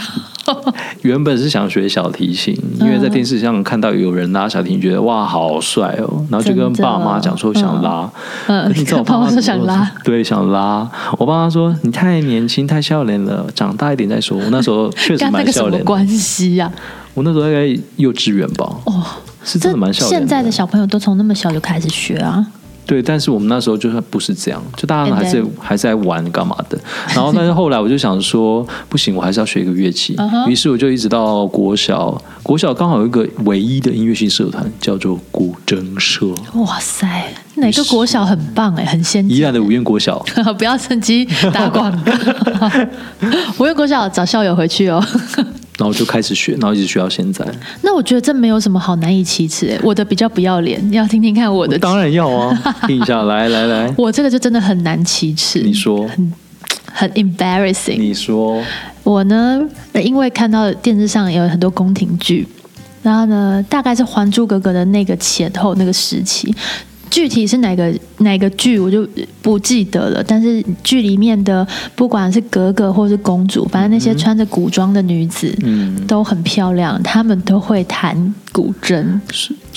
[SPEAKER 1] 原本是想学小提琴，因
[SPEAKER 2] 嗯
[SPEAKER 1] 为在电视上看到有人拉小提琴，觉得哇好帅哦，然后就跟
[SPEAKER 2] 真的啊
[SPEAKER 1] 爸妈讲说想拉，
[SPEAKER 2] 嗯
[SPEAKER 1] 可是你知道我
[SPEAKER 2] 跟爸
[SPEAKER 1] 妈
[SPEAKER 2] 妈说
[SPEAKER 1] 怎么
[SPEAKER 2] 想拉，
[SPEAKER 1] 对，想拉，我爸妈说你太年轻太笑脸了，长大一点再说。我那时候确实
[SPEAKER 2] 跟那
[SPEAKER 1] 蛮
[SPEAKER 2] 个什
[SPEAKER 1] 笑
[SPEAKER 2] 么
[SPEAKER 1] 脸的，
[SPEAKER 2] 关系呀、
[SPEAKER 1] 我那时候大概幼稚园吧，
[SPEAKER 2] 哦，
[SPEAKER 1] 是真的
[SPEAKER 2] 这
[SPEAKER 1] 蛮笑脸
[SPEAKER 2] 现在的
[SPEAKER 1] 的
[SPEAKER 2] 小朋友都从那么小就开始学啊。
[SPEAKER 1] 对，但是我们那时候就是不是这样，就大家还是
[SPEAKER 2] And then？
[SPEAKER 1] 还是在玩干嘛的。然后，但是后来我就想说，不行，我还是要学一个乐器
[SPEAKER 2] 嗯。哼
[SPEAKER 1] 于是我就一直到国小，国小刚好有一个唯一的音乐性社团叫做古筝社，
[SPEAKER 2] 哇塞，哪个国小很棒哎、很先
[SPEAKER 1] 宜
[SPEAKER 2] 进。
[SPEAKER 1] 兰的五院国小。
[SPEAKER 2] 不要趁机打广 告。我有国小找校友回去哦。
[SPEAKER 1] 然后就开始学，然后一直学到现在。
[SPEAKER 2] 那我觉得这没有什么好难以启齿哎，我的比较不要脸，要听听看我的。
[SPEAKER 1] 当然要啊，听一下，来来来，
[SPEAKER 2] 我这个就真的很难启齿。
[SPEAKER 1] 你说，
[SPEAKER 2] 很 embarrassing。
[SPEAKER 1] 你说，
[SPEAKER 2] 我呢，呃因为看到电视上有很多宫廷剧，然后呢，大概是《还珠格格》的那个前后那个时期。具体是哪个哪个剧我就不记得了，但是剧里面的不管是格格或是公主，反正那些穿着古装的女子、
[SPEAKER 1] 嗯，
[SPEAKER 2] 都很漂亮，她们都会弹古筝。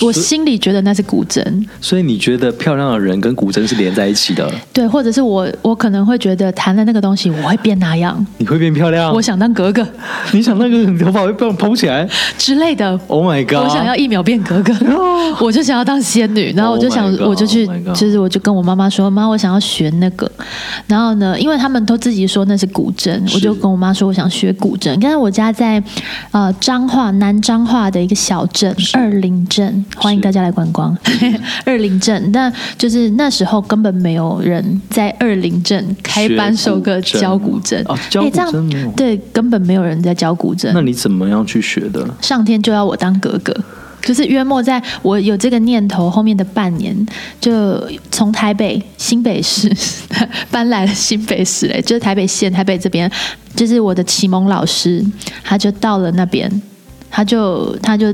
[SPEAKER 2] 我
[SPEAKER 1] 所以
[SPEAKER 2] 心里觉得那是古筝，
[SPEAKER 1] 所以你觉得漂亮的人跟古筝是连在一起的？
[SPEAKER 2] 对，或者是我我可能会觉得弹的那个东西我会变那样，
[SPEAKER 1] 你会变漂亮？
[SPEAKER 2] 我想当格格
[SPEAKER 1] 你想那个头发会被我蓬起来
[SPEAKER 2] 之类的，
[SPEAKER 1] ？Oh my god！
[SPEAKER 2] 我想要一秒变格格， 我就想要当仙女，然后我就想
[SPEAKER 1] Oh my god,
[SPEAKER 2] 我就去
[SPEAKER 1] oh my god
[SPEAKER 2] 就是我就跟我妈妈说，妈，我想要学那个。然后呢，因为他们都自己说那是古筝，
[SPEAKER 1] 是
[SPEAKER 2] 我就跟我妈说我想学古筝。刚才我家在呃彰化南彰化的一个小镇二林镇，欢迎大家来观光 二林镇。但就是那时候根本没有人在二林镇开班授课
[SPEAKER 1] 学古筝
[SPEAKER 2] 教古筝，
[SPEAKER 1] 哦教古筝
[SPEAKER 2] 哎这样
[SPEAKER 1] 没有
[SPEAKER 2] 对，根本没有人在教古筝
[SPEAKER 1] 那。你怎么样去学的？
[SPEAKER 2] 上天就要我当格格。就是约莫在我有这个念头后面的半年，就从台北新北市 搬来了新北市、欸，就是台北县台北这边，就是我的启蒙老师，他就到了那边，他就他就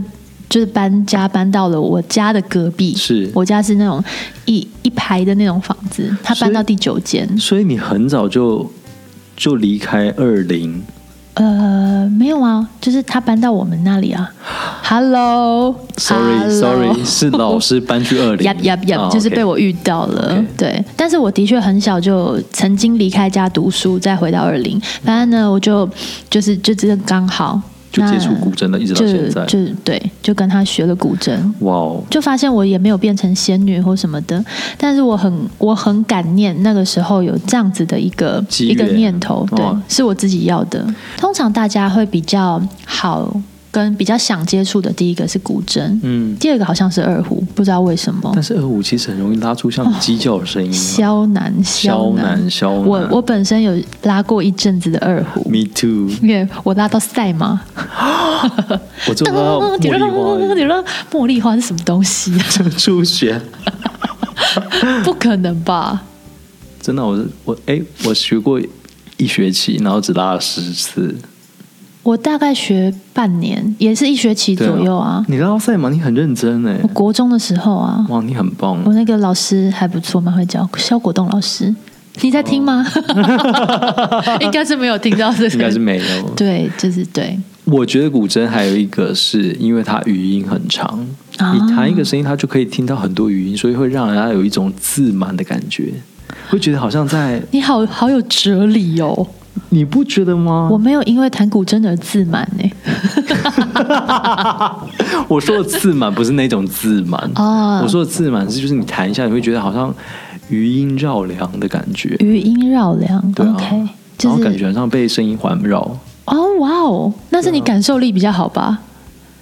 [SPEAKER 2] 就是搬家搬到了我家的隔壁，
[SPEAKER 1] 是
[SPEAKER 2] 我家是那种一一排的那种房子，他
[SPEAKER 1] 所
[SPEAKER 2] 搬
[SPEAKER 1] 以
[SPEAKER 2] 到第九间，
[SPEAKER 1] 所以你很早就就离开二零，
[SPEAKER 2] 呃，没有啊，就是他搬到我们那里啊，Hello，Sorry
[SPEAKER 1] Sorry，Sorry，是老师搬去二零，
[SPEAKER 2] 呀呀呀！
[SPEAKER 1] 啊
[SPEAKER 2] 就是
[SPEAKER 1] OK
[SPEAKER 2] 被我遇到了。
[SPEAKER 1] OK
[SPEAKER 2] 对，但是我的确很小就曾经离开家读书，再回到二零。反正呢，我就就是就真的刚好
[SPEAKER 1] 就接触
[SPEAKER 2] 那
[SPEAKER 1] 古筝的，一直到现在
[SPEAKER 2] 就。就对，就跟他学了古筝，
[SPEAKER 1] 哇哦，
[SPEAKER 2] 就发现我也没有变成仙女或什么的。但是我很我很感念那个时候有这样子的一个
[SPEAKER 1] 机
[SPEAKER 2] 一个
[SPEAKER 1] 缘
[SPEAKER 2] 念头，对，
[SPEAKER 1] 哦
[SPEAKER 2] 是我自己要的。通常大家会比较好。跟比较想接触的第一个是古筝，
[SPEAKER 1] 嗯，
[SPEAKER 2] 第二个好像是二胡，不知道为什么
[SPEAKER 1] 但。是二胡其实很容易拉出
[SPEAKER 2] 哦
[SPEAKER 1] 像你鸡叫的声 音、啊。
[SPEAKER 2] 萧南，萧
[SPEAKER 1] 南萧南
[SPEAKER 2] 我我本身有拉过一阵子的二胡，
[SPEAKER 1] Me too，
[SPEAKER 2] 因为我拉到赛马。
[SPEAKER 1] 我做到茉
[SPEAKER 2] 叮
[SPEAKER 1] 莉花
[SPEAKER 2] 咚
[SPEAKER 1] 而已，
[SPEAKER 2] 叮咚茉莉花是什么东西、啊？
[SPEAKER 1] 初学。
[SPEAKER 2] 不可能吧？
[SPEAKER 1] 真的，我我哎、我学过一学期，然后只拉了十次
[SPEAKER 2] 我大概学半年，也是一学期
[SPEAKER 1] 对
[SPEAKER 2] 左右啊。哦
[SPEAKER 1] 你拉到赛马，你很认真哎、
[SPEAKER 2] 我国中的时候啊，
[SPEAKER 1] 哇，你很棒
[SPEAKER 2] 我。那个老师还不错，蛮会教，肖国栋老师。你在听吗？ 应该是没有听到这
[SPEAKER 1] 哦
[SPEAKER 2] 个，
[SPEAKER 1] 应该是没有。
[SPEAKER 2] 对，就是对，
[SPEAKER 1] 我觉得古筝还有一个是因为它语音很长，
[SPEAKER 2] 啊
[SPEAKER 1] 你弹一个声音，它就可以听到很多语音，所以会让人家有一种自满的感觉，会觉得好像在，
[SPEAKER 2] 你好好有哲理哦。
[SPEAKER 1] 你不觉得吗？
[SPEAKER 2] 我没有因为弹古筝而自满欸呢、
[SPEAKER 1] 我说的自满不是那种自满
[SPEAKER 2] 哦
[SPEAKER 1] 我说的自满是就是你弹一下，你会觉得好像余音绕梁的感觉，
[SPEAKER 2] 余音绕梁、
[SPEAKER 1] 对啊
[SPEAKER 2] o k
[SPEAKER 1] 然
[SPEAKER 2] 就
[SPEAKER 1] 后
[SPEAKER 2] 是
[SPEAKER 1] 感觉好像被声音环绕。
[SPEAKER 2] 哦，哇哦，那是你感受力比较好
[SPEAKER 1] 啊
[SPEAKER 2] 吧？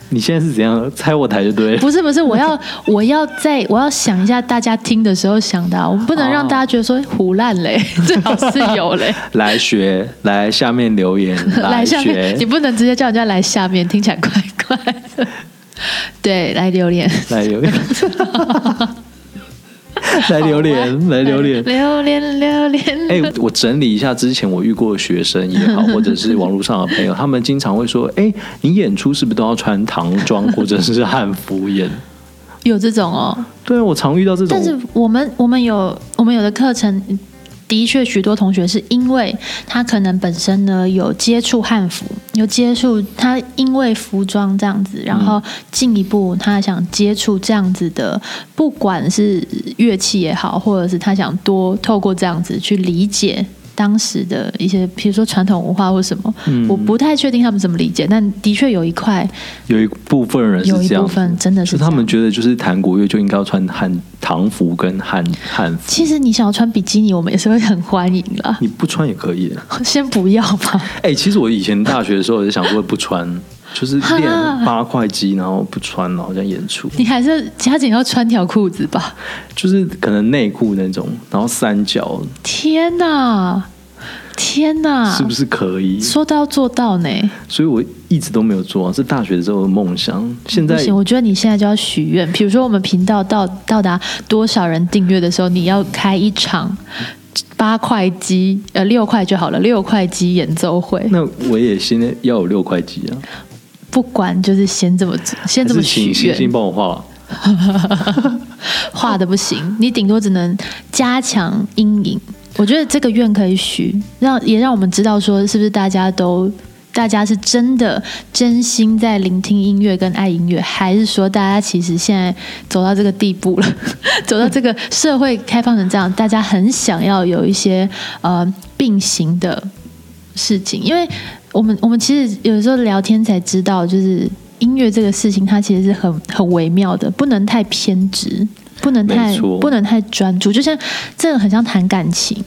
[SPEAKER 1] 你现在是怎样猜我台就对 了，
[SPEAKER 2] 不是不是，我要我要在我要想一下，大家听的时候想到，我不能让大家觉得说哎胡烂嘞，
[SPEAKER 1] 哦
[SPEAKER 2] 最好是有 嘞。
[SPEAKER 1] 来学，来下面留言，
[SPEAKER 2] 来下面，你
[SPEAKER 1] 学，
[SPEAKER 2] 不能直接叫人家来下面，听起来怪怪的。对，来 留言，
[SPEAKER 1] 来留言，来留言，来留言。
[SPEAKER 2] 榴莲，榴莲。
[SPEAKER 1] 哎、我整理一下之前我遇过的学生也 好，或者是网络上的朋友，他们经常会说：“哎、你演出是不是都要穿唐装或者是汉服 演
[SPEAKER 2] 有这种哦，？”
[SPEAKER 1] 对，啊我常遇到这种
[SPEAKER 2] 但是我们我们有我们有的课程。的确，许多同学是因为他可能本身呢有接触汉服，有接触他因为服装这样子，然
[SPEAKER 1] 嗯
[SPEAKER 2] 后进一步他想接触这样子的，不管是乐器也好，或者是他想多透过这样子去理解当时的一些，比如说传统文化或什么。
[SPEAKER 1] 嗯
[SPEAKER 2] 我不太确定他们怎么理解，但的确有一块
[SPEAKER 1] 有一部分人是
[SPEAKER 2] 有一
[SPEAKER 1] 这样
[SPEAKER 2] 部
[SPEAKER 1] 子，
[SPEAKER 2] 分真的
[SPEAKER 1] 就是是
[SPEAKER 2] 这样
[SPEAKER 1] 他们觉得就是弹国乐就应该要穿汉唐服跟汉汉服，
[SPEAKER 2] 其实你想要穿比基尼，我们也是会很欢迎啦。
[SPEAKER 1] 你不穿也可以。
[SPEAKER 2] 先不要吧。
[SPEAKER 1] 哎、其实我以前大学的时候，我就想过不穿，就是练
[SPEAKER 2] 哈
[SPEAKER 1] 八块肌，然后不穿，然后这样演出，
[SPEAKER 2] 你还是加紧要穿条裤子吧。
[SPEAKER 1] 就是可能内裤那种，然后三角
[SPEAKER 2] 天哪，天哪，
[SPEAKER 1] 是不是可以？
[SPEAKER 2] 说到做到呢？
[SPEAKER 1] 所以我一直都没有做、啊，是大学之后的梦想。现在
[SPEAKER 2] 不行，我觉得你现在就要许愿。比如说，我们频道到到达多少人订阅的时候，你要开一场八块鸡，呃，六块就好了，六块鸡演奏会。
[SPEAKER 1] 那我也现在要有六块肌啊，
[SPEAKER 2] 不管，就是先这么做先
[SPEAKER 1] 还
[SPEAKER 2] 这么
[SPEAKER 1] 是
[SPEAKER 2] 许
[SPEAKER 1] 请星
[SPEAKER 2] 愿
[SPEAKER 1] 星。帮我画？
[SPEAKER 2] 画的不行，你顶多只能加强阴影。我觉得这个愿可以许，让也让我们知道说是不是大家都。大家是真的真心在聆听音乐跟爱音乐，还是说大家其实现在走到这个地步了， 走到这个社会开放成这样，大家很想要有一些呃并行的事情，因为我们我们其实有时候聊天才知道，就是音乐这个事情，它其实是很很微妙的，不能太偏执，不能太
[SPEAKER 1] 没错
[SPEAKER 2] 不能太专注，就像这个很像谈感情，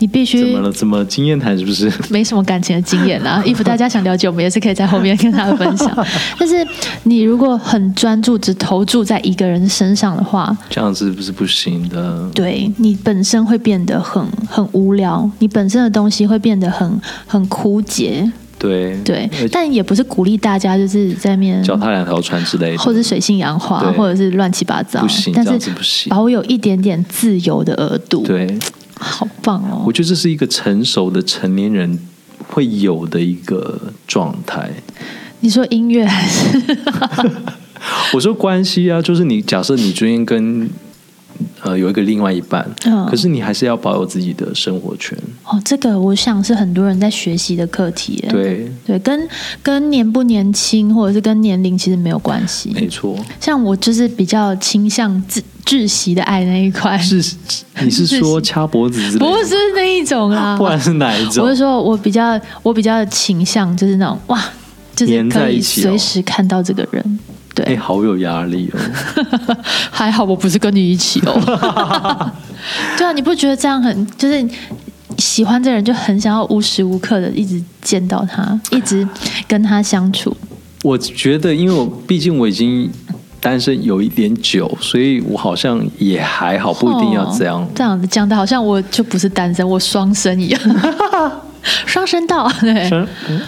[SPEAKER 2] 你必
[SPEAKER 1] 怎
[SPEAKER 2] 须
[SPEAKER 1] 么了？怎么经验谈是不是？
[SPEAKER 2] 没什么感情的经验 啦。if 大家想了解，我们也是可以在后面跟大家分 享。但是你如果很专注，只投注在一个人身上的话，
[SPEAKER 1] 这样是不是不行的？
[SPEAKER 2] 对你本身会变得很很无聊，你本身的东西会变得很很枯竭。
[SPEAKER 1] 对
[SPEAKER 2] 对
[SPEAKER 1] 而，
[SPEAKER 2] 但也不是鼓励大家就是在面，
[SPEAKER 1] 脚踏两条船之类的，
[SPEAKER 2] 或者水性杨花
[SPEAKER 1] 对，
[SPEAKER 2] 或者是乱七八糟
[SPEAKER 1] 不行，
[SPEAKER 2] 但
[SPEAKER 1] 这样子不
[SPEAKER 2] 是
[SPEAKER 1] 行
[SPEAKER 2] 保有一点点自由的额度，，
[SPEAKER 1] 对，
[SPEAKER 2] 好棒哦
[SPEAKER 1] 我！觉得这是一个成熟的成年人会有的一个状态。
[SPEAKER 2] 你说音乐还是
[SPEAKER 1] 我说关系啊，就是你假设你今天跟呃有一个另外一半，
[SPEAKER 2] 嗯
[SPEAKER 1] 可是你还是要保有自己的生活圈，
[SPEAKER 2] 哦，这个我想是很多人在学习的课题耶，
[SPEAKER 1] 对，
[SPEAKER 2] 对，跟跟年不年轻或者是跟年龄其实没有关
[SPEAKER 1] 没
[SPEAKER 2] 系。
[SPEAKER 1] 错。
[SPEAKER 2] 像我就是比较倾向窒窒息的爱那一块，
[SPEAKER 1] 是你 是说掐脖子之类的吗，
[SPEAKER 2] 不是那一种啦，
[SPEAKER 1] 不然是哪一种
[SPEAKER 2] 我是？说，我比较我比较倾向就是那种哇，就是
[SPEAKER 1] 粘
[SPEAKER 2] 可
[SPEAKER 1] 在
[SPEAKER 2] 以
[SPEAKER 1] 一起哦
[SPEAKER 2] 随时看到这个人。
[SPEAKER 1] 哎、
[SPEAKER 2] 对，
[SPEAKER 1] 好有压力哦！
[SPEAKER 2] 还好我不是跟你一起 哦。对啊，你不觉得这样很就是喜欢这个人就很想要无时无刻的一直见到他，一直跟他相处？
[SPEAKER 1] 我觉得，因为我毕竟我已经单身有一点久，所以我好像也还好，不一定要这样。
[SPEAKER 2] 哦这样子讲的好像我就不是单身，我双 生一样，双声道对，
[SPEAKER 1] 嗯嗯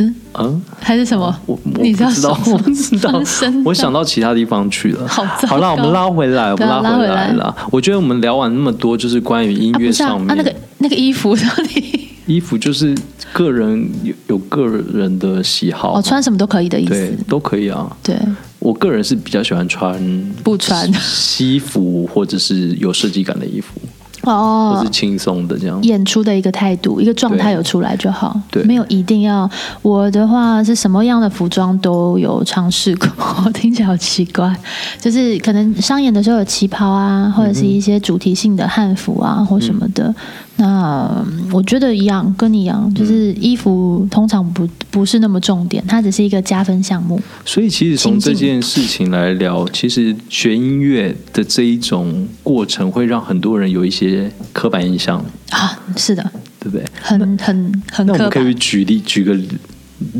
[SPEAKER 2] 嗯
[SPEAKER 1] 嗯，
[SPEAKER 2] 还是什么？
[SPEAKER 1] 我我
[SPEAKER 2] 你知道
[SPEAKER 1] 不知道，
[SPEAKER 2] 什
[SPEAKER 1] 我
[SPEAKER 2] 么
[SPEAKER 1] 不知道
[SPEAKER 2] 双声，道
[SPEAKER 1] 我想到其他地方去了。
[SPEAKER 2] 好糟糕
[SPEAKER 1] 好啦，我们拉回来，我
[SPEAKER 2] 对
[SPEAKER 1] 们
[SPEAKER 2] 啊
[SPEAKER 1] 拉回
[SPEAKER 2] 拉
[SPEAKER 1] 来
[SPEAKER 2] 回来
[SPEAKER 1] 啦。我觉得我们聊完那么多，就是关于音
[SPEAKER 2] 啊，
[SPEAKER 1] 乐
[SPEAKER 2] 不是啊
[SPEAKER 1] 上面，
[SPEAKER 2] 啊那个那个衣服到底
[SPEAKER 1] 衣服，就是个人有有个人的喜好，
[SPEAKER 2] 哦，穿什么都可以的意
[SPEAKER 1] 对
[SPEAKER 2] 思，
[SPEAKER 1] 都可以啊。
[SPEAKER 2] 对，
[SPEAKER 1] 我个人是比较喜欢穿
[SPEAKER 2] 不穿
[SPEAKER 1] 西服或者是有设计感的衣服，或
[SPEAKER 2] 哦
[SPEAKER 1] 是，轻松的这样。
[SPEAKER 2] 演出的一个态度，一个状态
[SPEAKER 1] 对
[SPEAKER 2] 有出来就好，
[SPEAKER 1] 对
[SPEAKER 2] 没有一定要。我的话是什么样的服装都有尝试过， 听起来好奇怪。就是可能商演的时候有旗袍啊，或者是一些主题性的汉服啊，或什么的。
[SPEAKER 1] 嗯
[SPEAKER 2] 那嗯我觉得一样，跟你一样，就是衣服通常不不是那么重点，它只是一个加分项目。
[SPEAKER 1] 所以其实从这件事情来聊，其实学音乐的这一种过程会让很多人有一些刻板印象，
[SPEAKER 2] 啊，是的，
[SPEAKER 1] 对不对？
[SPEAKER 2] 很很很
[SPEAKER 1] 那我
[SPEAKER 2] 刻
[SPEAKER 1] 们可以
[SPEAKER 2] 板。
[SPEAKER 1] 举例举个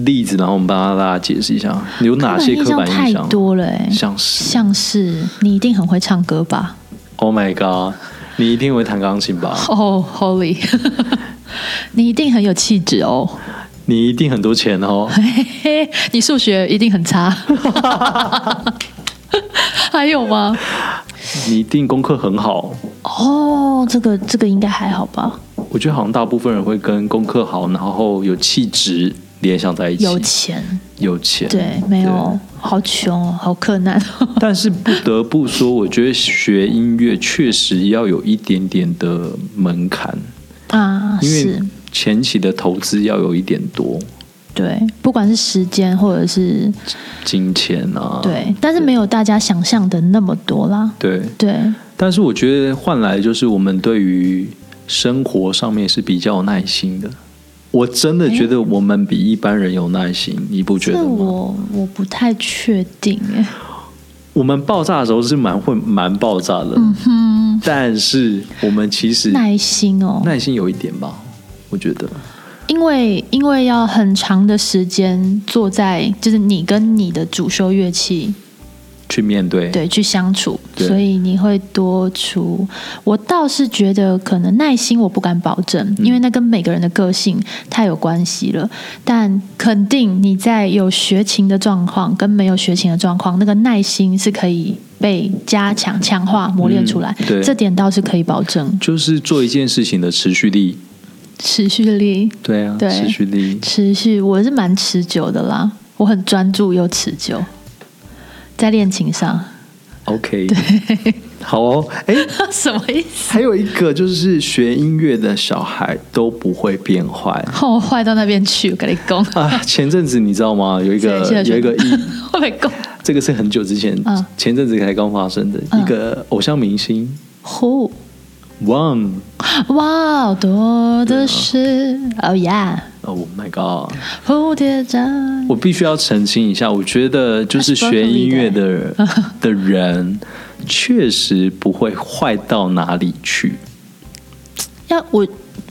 [SPEAKER 1] 例子，然后我们帮大家解释一下有哪些刻
[SPEAKER 2] 刻
[SPEAKER 1] 板
[SPEAKER 2] 板
[SPEAKER 1] 印
[SPEAKER 2] 印
[SPEAKER 1] 象
[SPEAKER 2] 象太。多了、欸，
[SPEAKER 1] 像是
[SPEAKER 2] 像是你一定很会唱歌吧？
[SPEAKER 1] Oh my God，你一定会弹钢琴 吧？
[SPEAKER 2] 哦、h o l y 你一定很有气质哦，
[SPEAKER 1] 你一定很多钱哦。
[SPEAKER 2] 嘿嘿，你数学一定 很差。还有吗？
[SPEAKER 1] 你一定功课很好，
[SPEAKER 2] 哦、这个这个应该还好吧？
[SPEAKER 1] 我觉得好像大部分人会跟功课好，然后有气质联想在一起，
[SPEAKER 2] 有钱，
[SPEAKER 1] 有钱。
[SPEAKER 2] 对，没有，好穷哦，好困难。
[SPEAKER 1] 但是不得不说，我觉得学音乐确实要有一点点的门槛，
[SPEAKER 2] 啊，
[SPEAKER 1] 因为
[SPEAKER 2] 是，
[SPEAKER 1] 前期的投资要有一点多，
[SPEAKER 2] 对，不管是时间或者是
[SPEAKER 1] 金钱啊，
[SPEAKER 2] 对，但是没有大家想象的那么多啦。
[SPEAKER 1] 对。
[SPEAKER 2] 对，
[SPEAKER 1] 但是我觉得换来就是我们对于生活上面是比较有耐心的。我真的觉得我们比一般人有耐心，你不觉
[SPEAKER 2] 这
[SPEAKER 1] 得吗？
[SPEAKER 2] 我我不太确定哎。
[SPEAKER 1] 我们爆炸的时候是蛮会蛮爆炸的，
[SPEAKER 2] 哼，
[SPEAKER 1] 但是我们其实
[SPEAKER 2] 嗯耐心哦，
[SPEAKER 1] 耐心有一点吧，我觉得。
[SPEAKER 2] 因为因为要很长的时间坐在，就是你跟你的主修乐器
[SPEAKER 1] 去面对，
[SPEAKER 2] 对去相处，
[SPEAKER 1] 对
[SPEAKER 2] 所以你会多出。我倒是觉得可能耐心我不敢保证，
[SPEAKER 1] 嗯
[SPEAKER 2] 因为那跟每个人的个性太有关系了。但肯定你在有学琴的状况跟没有学琴的状况，那个耐心是可以被加强、强化、磨练出来，
[SPEAKER 1] 嗯对
[SPEAKER 2] 这点倒是可以保证。
[SPEAKER 1] 就是做一件事情的持续力。
[SPEAKER 2] 持续力
[SPEAKER 1] 对啊，
[SPEAKER 2] 对
[SPEAKER 1] 持续力。
[SPEAKER 2] 持续，我是蛮持久的啦，我很专注又持久，在恋情上，
[SPEAKER 1] OK，好哦。哎，
[SPEAKER 2] 什么意思？
[SPEAKER 1] 还有一个就是学音乐的小孩都不会变坏
[SPEAKER 2] 我哦坏到那边去，我跟你讲，
[SPEAKER 1] 啊。前阵子你知道吗？有一个
[SPEAKER 2] 谢谢
[SPEAKER 1] 有一个一，
[SPEAKER 2] 我被讲，
[SPEAKER 1] 这个是很久之前，
[SPEAKER 2] 嗯
[SPEAKER 1] 前阵子才刚发生的、
[SPEAKER 2] 嗯
[SPEAKER 1] 一个偶像明星
[SPEAKER 2] 呼，
[SPEAKER 1] One。
[SPEAKER 2] 哇，多的是，哦呀，
[SPEAKER 1] Oh my god！
[SPEAKER 2] 蝴蝶章，
[SPEAKER 1] 我必须要澄清一下，我觉得
[SPEAKER 2] 啊
[SPEAKER 1] 就是学音乐的 的人，确实不会坏到哪里去。
[SPEAKER 2] 要我，我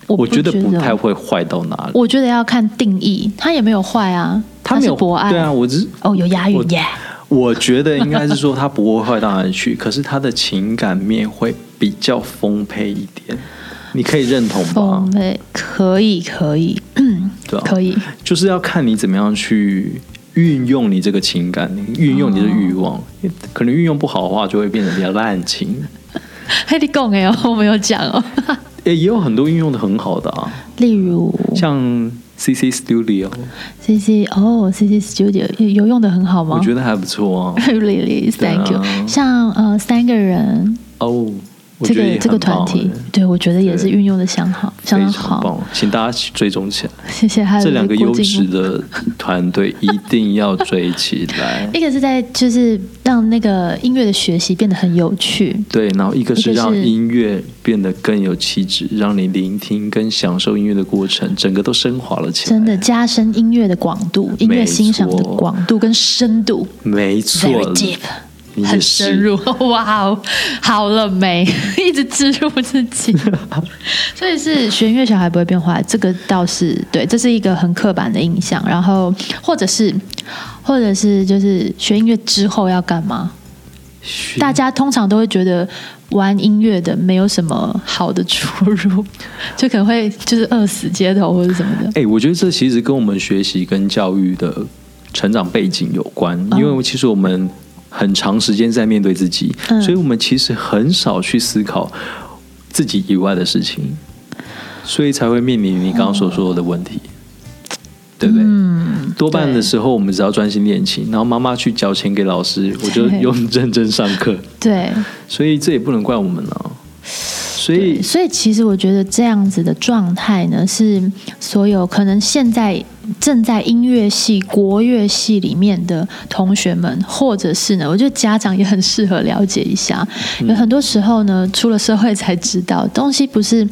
[SPEAKER 1] 我
[SPEAKER 2] 不
[SPEAKER 1] 觉
[SPEAKER 2] 觉
[SPEAKER 1] 得不太，会坏到哪里。
[SPEAKER 2] 我觉得哦要看定义，他也没有坏啊，
[SPEAKER 1] 没
[SPEAKER 2] 是
[SPEAKER 1] 有
[SPEAKER 2] 博爱，
[SPEAKER 1] 对啊，我只是
[SPEAKER 2] 哦，有押
[SPEAKER 1] 我
[SPEAKER 2] 韵耶，
[SPEAKER 1] 我觉得应该是说他不会坏到哪里去，可是他的情感面会比较丰沛一点，你可以认同吧
[SPEAKER 2] 风？味哦可以可以，
[SPEAKER 1] 对啊，
[SPEAKER 2] 可以，
[SPEAKER 1] 就是要看你怎么样去运用你这个情感，你运用你的欲望，因为可能运用不好的话，就会变得比较滥情。
[SPEAKER 2] 嘿，你讲哎哦，我没有讲哦，
[SPEAKER 1] 也也有很多运用的很好的啊，
[SPEAKER 2] 例如。
[SPEAKER 1] 像 CC Studio，
[SPEAKER 2] C C 哦，C C Studio 有有用的很好吗？
[SPEAKER 1] 我觉得还不错 啊。
[SPEAKER 2] 得 really thank you
[SPEAKER 1] 对啊。
[SPEAKER 2] 像呃三个人
[SPEAKER 1] 哦，我
[SPEAKER 2] 这
[SPEAKER 1] 觉得
[SPEAKER 2] 个
[SPEAKER 1] 也
[SPEAKER 2] 这个
[SPEAKER 1] 很
[SPEAKER 2] 团
[SPEAKER 1] 棒
[SPEAKER 2] 体
[SPEAKER 1] 欸，
[SPEAKER 2] 对我觉得也是
[SPEAKER 1] 对
[SPEAKER 2] 运用的相好相当
[SPEAKER 1] 非常
[SPEAKER 2] 好。
[SPEAKER 1] 棒，请大家去追踪起来。
[SPEAKER 2] 谢谢还有
[SPEAKER 1] 这两个
[SPEAKER 2] 郭
[SPEAKER 1] 优
[SPEAKER 2] 靖。
[SPEAKER 1] 质的团队一定要追起来
[SPEAKER 2] 一个是在就是让那个音乐的学习变得很有趣，
[SPEAKER 1] 对，然后一个是
[SPEAKER 2] 一个是
[SPEAKER 1] 让音乐变得更有气质，让你聆听跟享受音乐的过程，整个都升华了起来。
[SPEAKER 2] 真的，加深音乐的广度、音乐欣赏的广度跟深度
[SPEAKER 1] 没错
[SPEAKER 2] ，very deep。
[SPEAKER 1] 你也
[SPEAKER 2] 很
[SPEAKER 1] 是
[SPEAKER 2] 深入。 哇哦，好了没？ 一直植入自 己，所以是弦乐小孩不会变坏，这个倒是对，这是一个很刻板的印象。然后或者是或者是就是学音乐之后要干嘛？
[SPEAKER 1] 学
[SPEAKER 2] 大家通常都会觉得玩音乐的没有什么好的出路，就可能会就是饿死街头或者什么的。
[SPEAKER 1] 哎、我觉得这其实跟我们学习跟教育的成长背景有关，
[SPEAKER 2] 嗯
[SPEAKER 1] 因为其实我们很长时间在面对自己，
[SPEAKER 2] 嗯
[SPEAKER 1] 所以我们其实很少去思考自己以外的事情，所以才会面临你刚刚所说的问题，对不对？
[SPEAKER 2] 嗯，
[SPEAKER 1] 多半的
[SPEAKER 2] 对
[SPEAKER 1] 时候，我们只要专心练琴，然后妈妈去交钱给老师，我 就
[SPEAKER 2] 对
[SPEAKER 1] 用认真上课，
[SPEAKER 2] 对。
[SPEAKER 1] 所以这也不能怪我们啊。所以
[SPEAKER 2] 对，所以其实我觉得这样子的状态呢，是所有可能现在正在音乐系、国乐系里面的同学们，或者是呢，我觉得家长也很适合了解一下。有很多时候呢，出了社会才知道，东西不是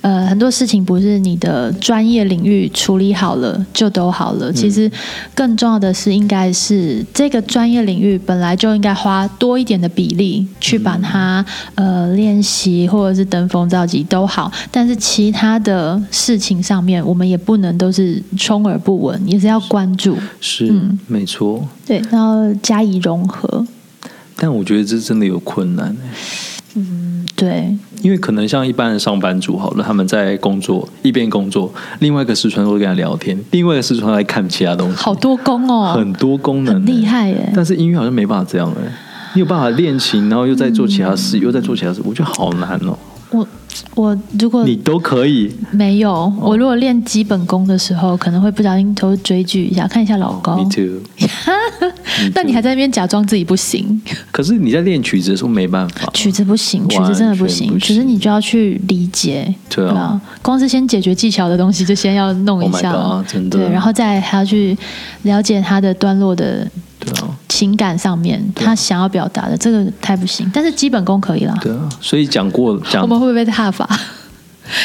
[SPEAKER 2] 呃很多事情不是你的专业领域处理好了就都好了。其实更重要的是，应该是这个专业领域本来就应该花多一点的比例去把它、呃练习，或者是登峰造极都好。但是其他的事情上面，我们也不能都是充耳不闻，也是要关注
[SPEAKER 1] 是、
[SPEAKER 2] 嗯
[SPEAKER 1] 没错，
[SPEAKER 2] 对，然后加以融合。
[SPEAKER 1] 但我觉得这真的有困难、欸。
[SPEAKER 2] 对，
[SPEAKER 1] 因为可能像一般的上班族好了，他们在工作一边工作，另外一个视窗会跟他聊天，另外一个视窗来看其他东西，
[SPEAKER 2] 好多功哦，
[SPEAKER 1] 很欸多功能、
[SPEAKER 2] 很厉。害欸耶。
[SPEAKER 1] 但是音乐好像没办法这样哎、你有办法练琴，然后又在做其他
[SPEAKER 2] 嗯
[SPEAKER 1] 事，又在做其他事，我觉得好难哦、
[SPEAKER 2] 我我如果
[SPEAKER 1] 你都可以，
[SPEAKER 2] 没有，
[SPEAKER 1] 哦
[SPEAKER 2] 我如果练基本功的时候，可能会不小心偷追剧一下，看一下老高。
[SPEAKER 1] me too。
[SPEAKER 2] 那你还在那边假装自己不行，
[SPEAKER 1] 可是你在练曲子的时候没办法，
[SPEAKER 2] 曲子不行，曲子真的不行，
[SPEAKER 1] 完全不行
[SPEAKER 2] 曲子你就要去理解，
[SPEAKER 1] 对啊
[SPEAKER 2] 吧？光是先解决技巧的东西，就先要弄一
[SPEAKER 1] Oh my
[SPEAKER 2] 下
[SPEAKER 1] God，真的
[SPEAKER 2] 对，然后再还要去了解他的段落的
[SPEAKER 1] 对啊，
[SPEAKER 2] 情感上面，他想要表达的这个太不行，但是基本功可以啦。
[SPEAKER 1] 对啊。所以讲过讲
[SPEAKER 2] 我，们会不会被踏伐？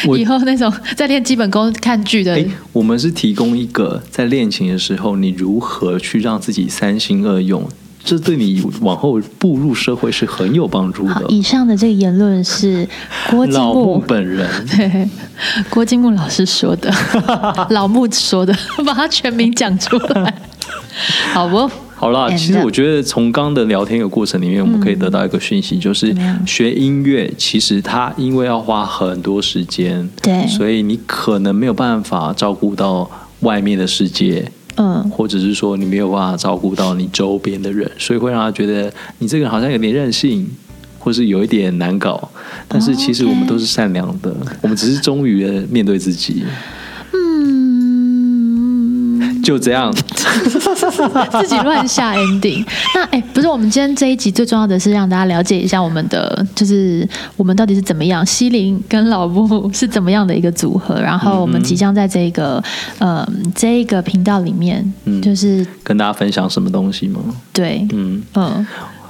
[SPEAKER 1] 我
[SPEAKER 2] 以后那种在练基本功看剧的
[SPEAKER 1] 哎，我们是提供一个在练琴的时候，你如何去让自己三心二用，这对你往后步入社会是很有帮助
[SPEAKER 2] 好
[SPEAKER 1] 的，。
[SPEAKER 2] 以上的这个言 论是郭敬
[SPEAKER 1] 老木
[SPEAKER 2] 木。
[SPEAKER 1] 本人，
[SPEAKER 2] 对，郭敬木老师 说的，老木说的， 把他全名讲出来， 好不？
[SPEAKER 1] 好啦，
[SPEAKER 2] And-
[SPEAKER 1] 其实我觉得从刚的聊天的过程里面，我们可以得到一个讯息，就是
[SPEAKER 2] 怎么样
[SPEAKER 1] 学音乐，其实它因为要花很多时间，
[SPEAKER 2] 对
[SPEAKER 1] 所以你可能没有办法照顾到外面的世界，
[SPEAKER 2] 嗯，
[SPEAKER 1] 或者是说你没有办法照顾到你周边的人，所以会让他觉得你这个人好像有点任性，或是有一点难搞。但是其实我们都是善良
[SPEAKER 2] 哦
[SPEAKER 1] 的，我们只是忠于地面对自己。嗯，就这样。
[SPEAKER 2] 自己乱下 ending。那哎、不是，我们今天这一集最重要的是让大家了解一下我们的，就是我们到底是怎么样，西林跟老木是怎么样的一个组合。然后我们即将在这个，呃，这一个频道里面，
[SPEAKER 1] 嗯
[SPEAKER 2] 就是
[SPEAKER 1] 跟大家分享什么东西吗？
[SPEAKER 2] 对，
[SPEAKER 1] 嗯，
[SPEAKER 2] 嗯，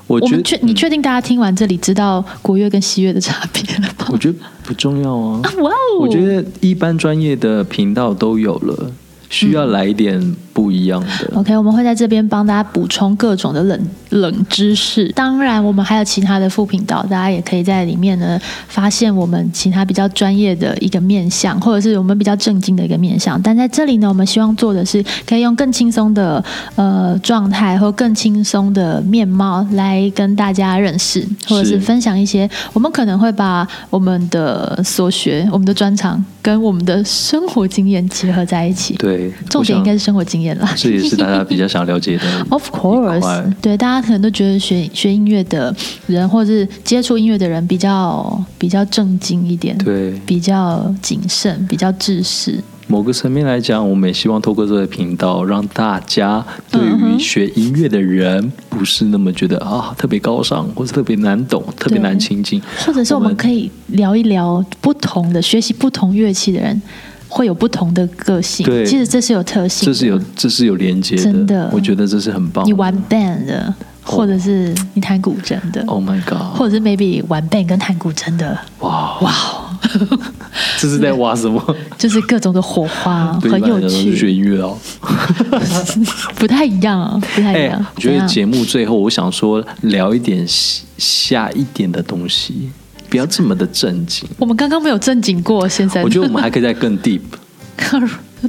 [SPEAKER 1] 我
[SPEAKER 2] 我
[SPEAKER 1] 觉
[SPEAKER 2] 们确
[SPEAKER 1] 得
[SPEAKER 2] 你确定大家听完这里知道国乐跟西乐的差别了吗？
[SPEAKER 1] 我觉得不重要啊。
[SPEAKER 2] 哇哦！
[SPEAKER 1] 我觉得一般专业的频道都有了，需要来一点不一样的。
[SPEAKER 2] OK，我们会在这边帮大家补充各种的冷冷知识。当然，我们还有其他的副频道，大家也可以在里面呢发现我们其他比较专业的一个面向，或者是我们比较正经的一个面向。但在这里呢，我们希望做的是可以用更轻松的呃状态或更轻松的面貌来跟大家认识，或者
[SPEAKER 1] 是
[SPEAKER 2] 是分享一些我们可能会把我们的所学、我们的专长跟我们的生活经验结合在一起。
[SPEAKER 1] 对，
[SPEAKER 2] 重点应该
[SPEAKER 1] 我
[SPEAKER 2] 是哦生活经验啦。。
[SPEAKER 1] 想这也是大家比较想了解的
[SPEAKER 2] Of
[SPEAKER 1] 一块
[SPEAKER 2] course，对大家可能都觉得学学音乐的人，或是接触音乐的人比较比较正经一点，
[SPEAKER 1] 对，
[SPEAKER 2] 比较谨慎，比较制式。
[SPEAKER 1] 某个层面来讲，我们也希望透过这个频道，让大家对
[SPEAKER 2] 嗯
[SPEAKER 1] 于
[SPEAKER 2] 哼
[SPEAKER 1] 学音乐的人，不是那么觉得啊特别高尚，或是特别难懂、特别
[SPEAKER 2] 对
[SPEAKER 1] 难亲近。
[SPEAKER 2] 或者是我
[SPEAKER 1] 我
[SPEAKER 2] 们
[SPEAKER 1] 们
[SPEAKER 2] 可以聊一聊不同的学习不同乐器的人会有不同的个性，
[SPEAKER 1] 对
[SPEAKER 2] 其实这是有特性
[SPEAKER 1] 这
[SPEAKER 2] 的，
[SPEAKER 1] 是有这是有连接
[SPEAKER 2] 真的
[SPEAKER 1] 我觉得这是很棒的。
[SPEAKER 2] 你玩 band
[SPEAKER 1] 哦
[SPEAKER 2] 的，或者是你弹古筝的，
[SPEAKER 1] Oh my God！
[SPEAKER 2] 或者是 maybe 玩 band 跟弹古筝的，
[SPEAKER 1] 哇
[SPEAKER 2] 哇，
[SPEAKER 1] 哦 这是在挖什么？
[SPEAKER 2] 就是各种的火花，
[SPEAKER 1] 对
[SPEAKER 2] 很
[SPEAKER 1] 一般
[SPEAKER 2] 有
[SPEAKER 1] 来讲都是学
[SPEAKER 2] 趣，
[SPEAKER 1] 音乐哦。
[SPEAKER 2] 不太一样啊，不太一样。
[SPEAKER 1] 哎我觉得
[SPEAKER 2] 怎样
[SPEAKER 1] 节目最后，我想说聊一点下下一点的东西，不要这么的正经。
[SPEAKER 2] 我们刚刚没有正经过，现在
[SPEAKER 1] 我觉得我们还可以再更 deep，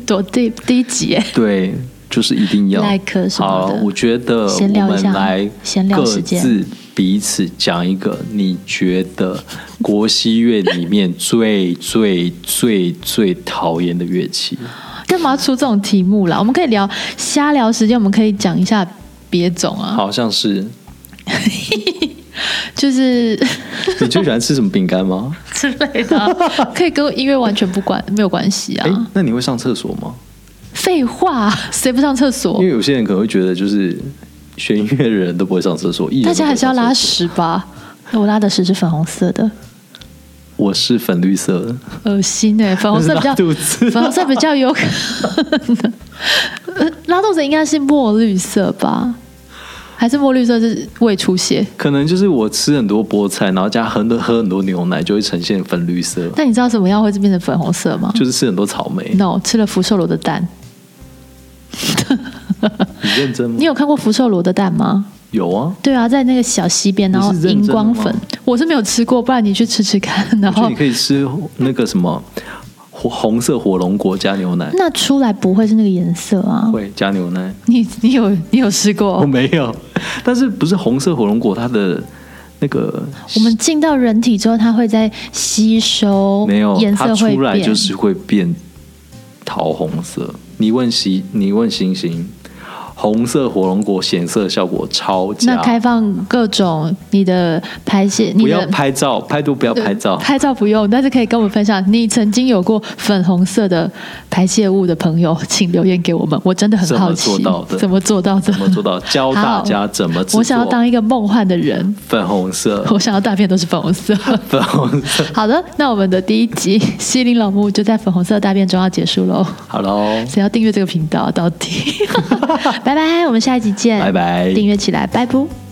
[SPEAKER 2] 多低低级耶，
[SPEAKER 1] 对，就是一定要
[SPEAKER 2] Like 什么的
[SPEAKER 1] 好。我觉得我
[SPEAKER 2] 闲聊一
[SPEAKER 1] 们
[SPEAKER 2] 下
[SPEAKER 1] 来
[SPEAKER 2] 闲聊
[SPEAKER 1] 各
[SPEAKER 2] 时间
[SPEAKER 1] 自彼此讲一个你觉得国西乐里面最最最最讨厌的乐器。
[SPEAKER 2] 干嘛出这种题目啦？我们可以聊瞎聊时间，我们可以讲一下别种啊，
[SPEAKER 1] 好像是
[SPEAKER 2] 就是
[SPEAKER 1] 你最喜欢吃什么饼干吗？
[SPEAKER 2] 之类 的啊、可以跟音乐完全不管没有关系
[SPEAKER 1] 哎、
[SPEAKER 2] 啊。
[SPEAKER 1] 那你会上厕所吗？
[SPEAKER 2] 废话，谁不上厕所
[SPEAKER 1] 因？为有些人可能会觉得，就是学音乐的人都不会上厕所，艺人
[SPEAKER 2] 大
[SPEAKER 1] 都不
[SPEAKER 2] 家
[SPEAKER 1] 会
[SPEAKER 2] 还是要拉
[SPEAKER 1] 上厕所。
[SPEAKER 2] 屎吧？我拉的屎是粉红色的，
[SPEAKER 1] 我是粉绿色的，
[SPEAKER 2] 恶心哎、粉红色比较
[SPEAKER 1] 拉肚子
[SPEAKER 2] 粉红色比较有可能。 呃拉肚子应该是墨绿色吧？还是墨绿色是胃出血？
[SPEAKER 1] 可能就是我吃很多菠菜，然后加很多喝很多牛奶，就会呈现粉绿色，
[SPEAKER 2] 但你知道怎么样会变成粉红色吗
[SPEAKER 1] 就是吃很多草莓。
[SPEAKER 2] ？No，吃了福寿螺的蛋。
[SPEAKER 1] 你认真吗
[SPEAKER 2] 你？有看过福寿螺的蛋吗？
[SPEAKER 1] 有啊，
[SPEAKER 2] 对啊，在那个小溪边，然后
[SPEAKER 1] 你是认
[SPEAKER 2] 荧
[SPEAKER 1] 真的吗
[SPEAKER 2] 光粉，我是没有吃过，不然你去吃吃看。然
[SPEAKER 1] 我觉得
[SPEAKER 2] 后
[SPEAKER 1] 你可以吃那个什么火红色火龙果加牛奶，
[SPEAKER 2] 那出来不会是那个颜色啊？
[SPEAKER 1] 会加牛奶。
[SPEAKER 2] 你你有你有试
[SPEAKER 1] 我
[SPEAKER 2] 过？
[SPEAKER 1] 没有，但是不是红色火龙果它的那个
[SPEAKER 2] 我们进到人体之后，它会在吸收，
[SPEAKER 1] 没有，
[SPEAKER 2] 颜色
[SPEAKER 1] 它
[SPEAKER 2] 会
[SPEAKER 1] 出来
[SPEAKER 2] 变，
[SPEAKER 1] 就是会变桃红色。你问星，你问星星，红色火龙果显色效果超佳。
[SPEAKER 2] 那开放各种你的排泄，你
[SPEAKER 1] 不要
[SPEAKER 2] 的
[SPEAKER 1] 拍照，拍都不要哦拍照。
[SPEAKER 2] 拍照不用，但是可以跟我们分享你曾经有过粉红色的排泄物的朋友，请留言给我们，我真的很好奇
[SPEAKER 1] 怎么做到的
[SPEAKER 2] 怎么做到的，
[SPEAKER 1] 怎么做到？教大家怎么制
[SPEAKER 2] 我想要
[SPEAKER 1] 作
[SPEAKER 2] 当一个梦幻的人，，
[SPEAKER 1] 粉红色
[SPEAKER 2] 我想要大便都是粉红 色。
[SPEAKER 1] 粉红色。
[SPEAKER 2] 好的，那我们的第一集《西林老木》就在粉红色的大便中要结束喽。
[SPEAKER 1] 好 喽，
[SPEAKER 2] 谁要 订阅这个频道？到底？拜拜，我们下一集见。
[SPEAKER 1] 拜拜
[SPEAKER 2] 订阅起来，拜拜。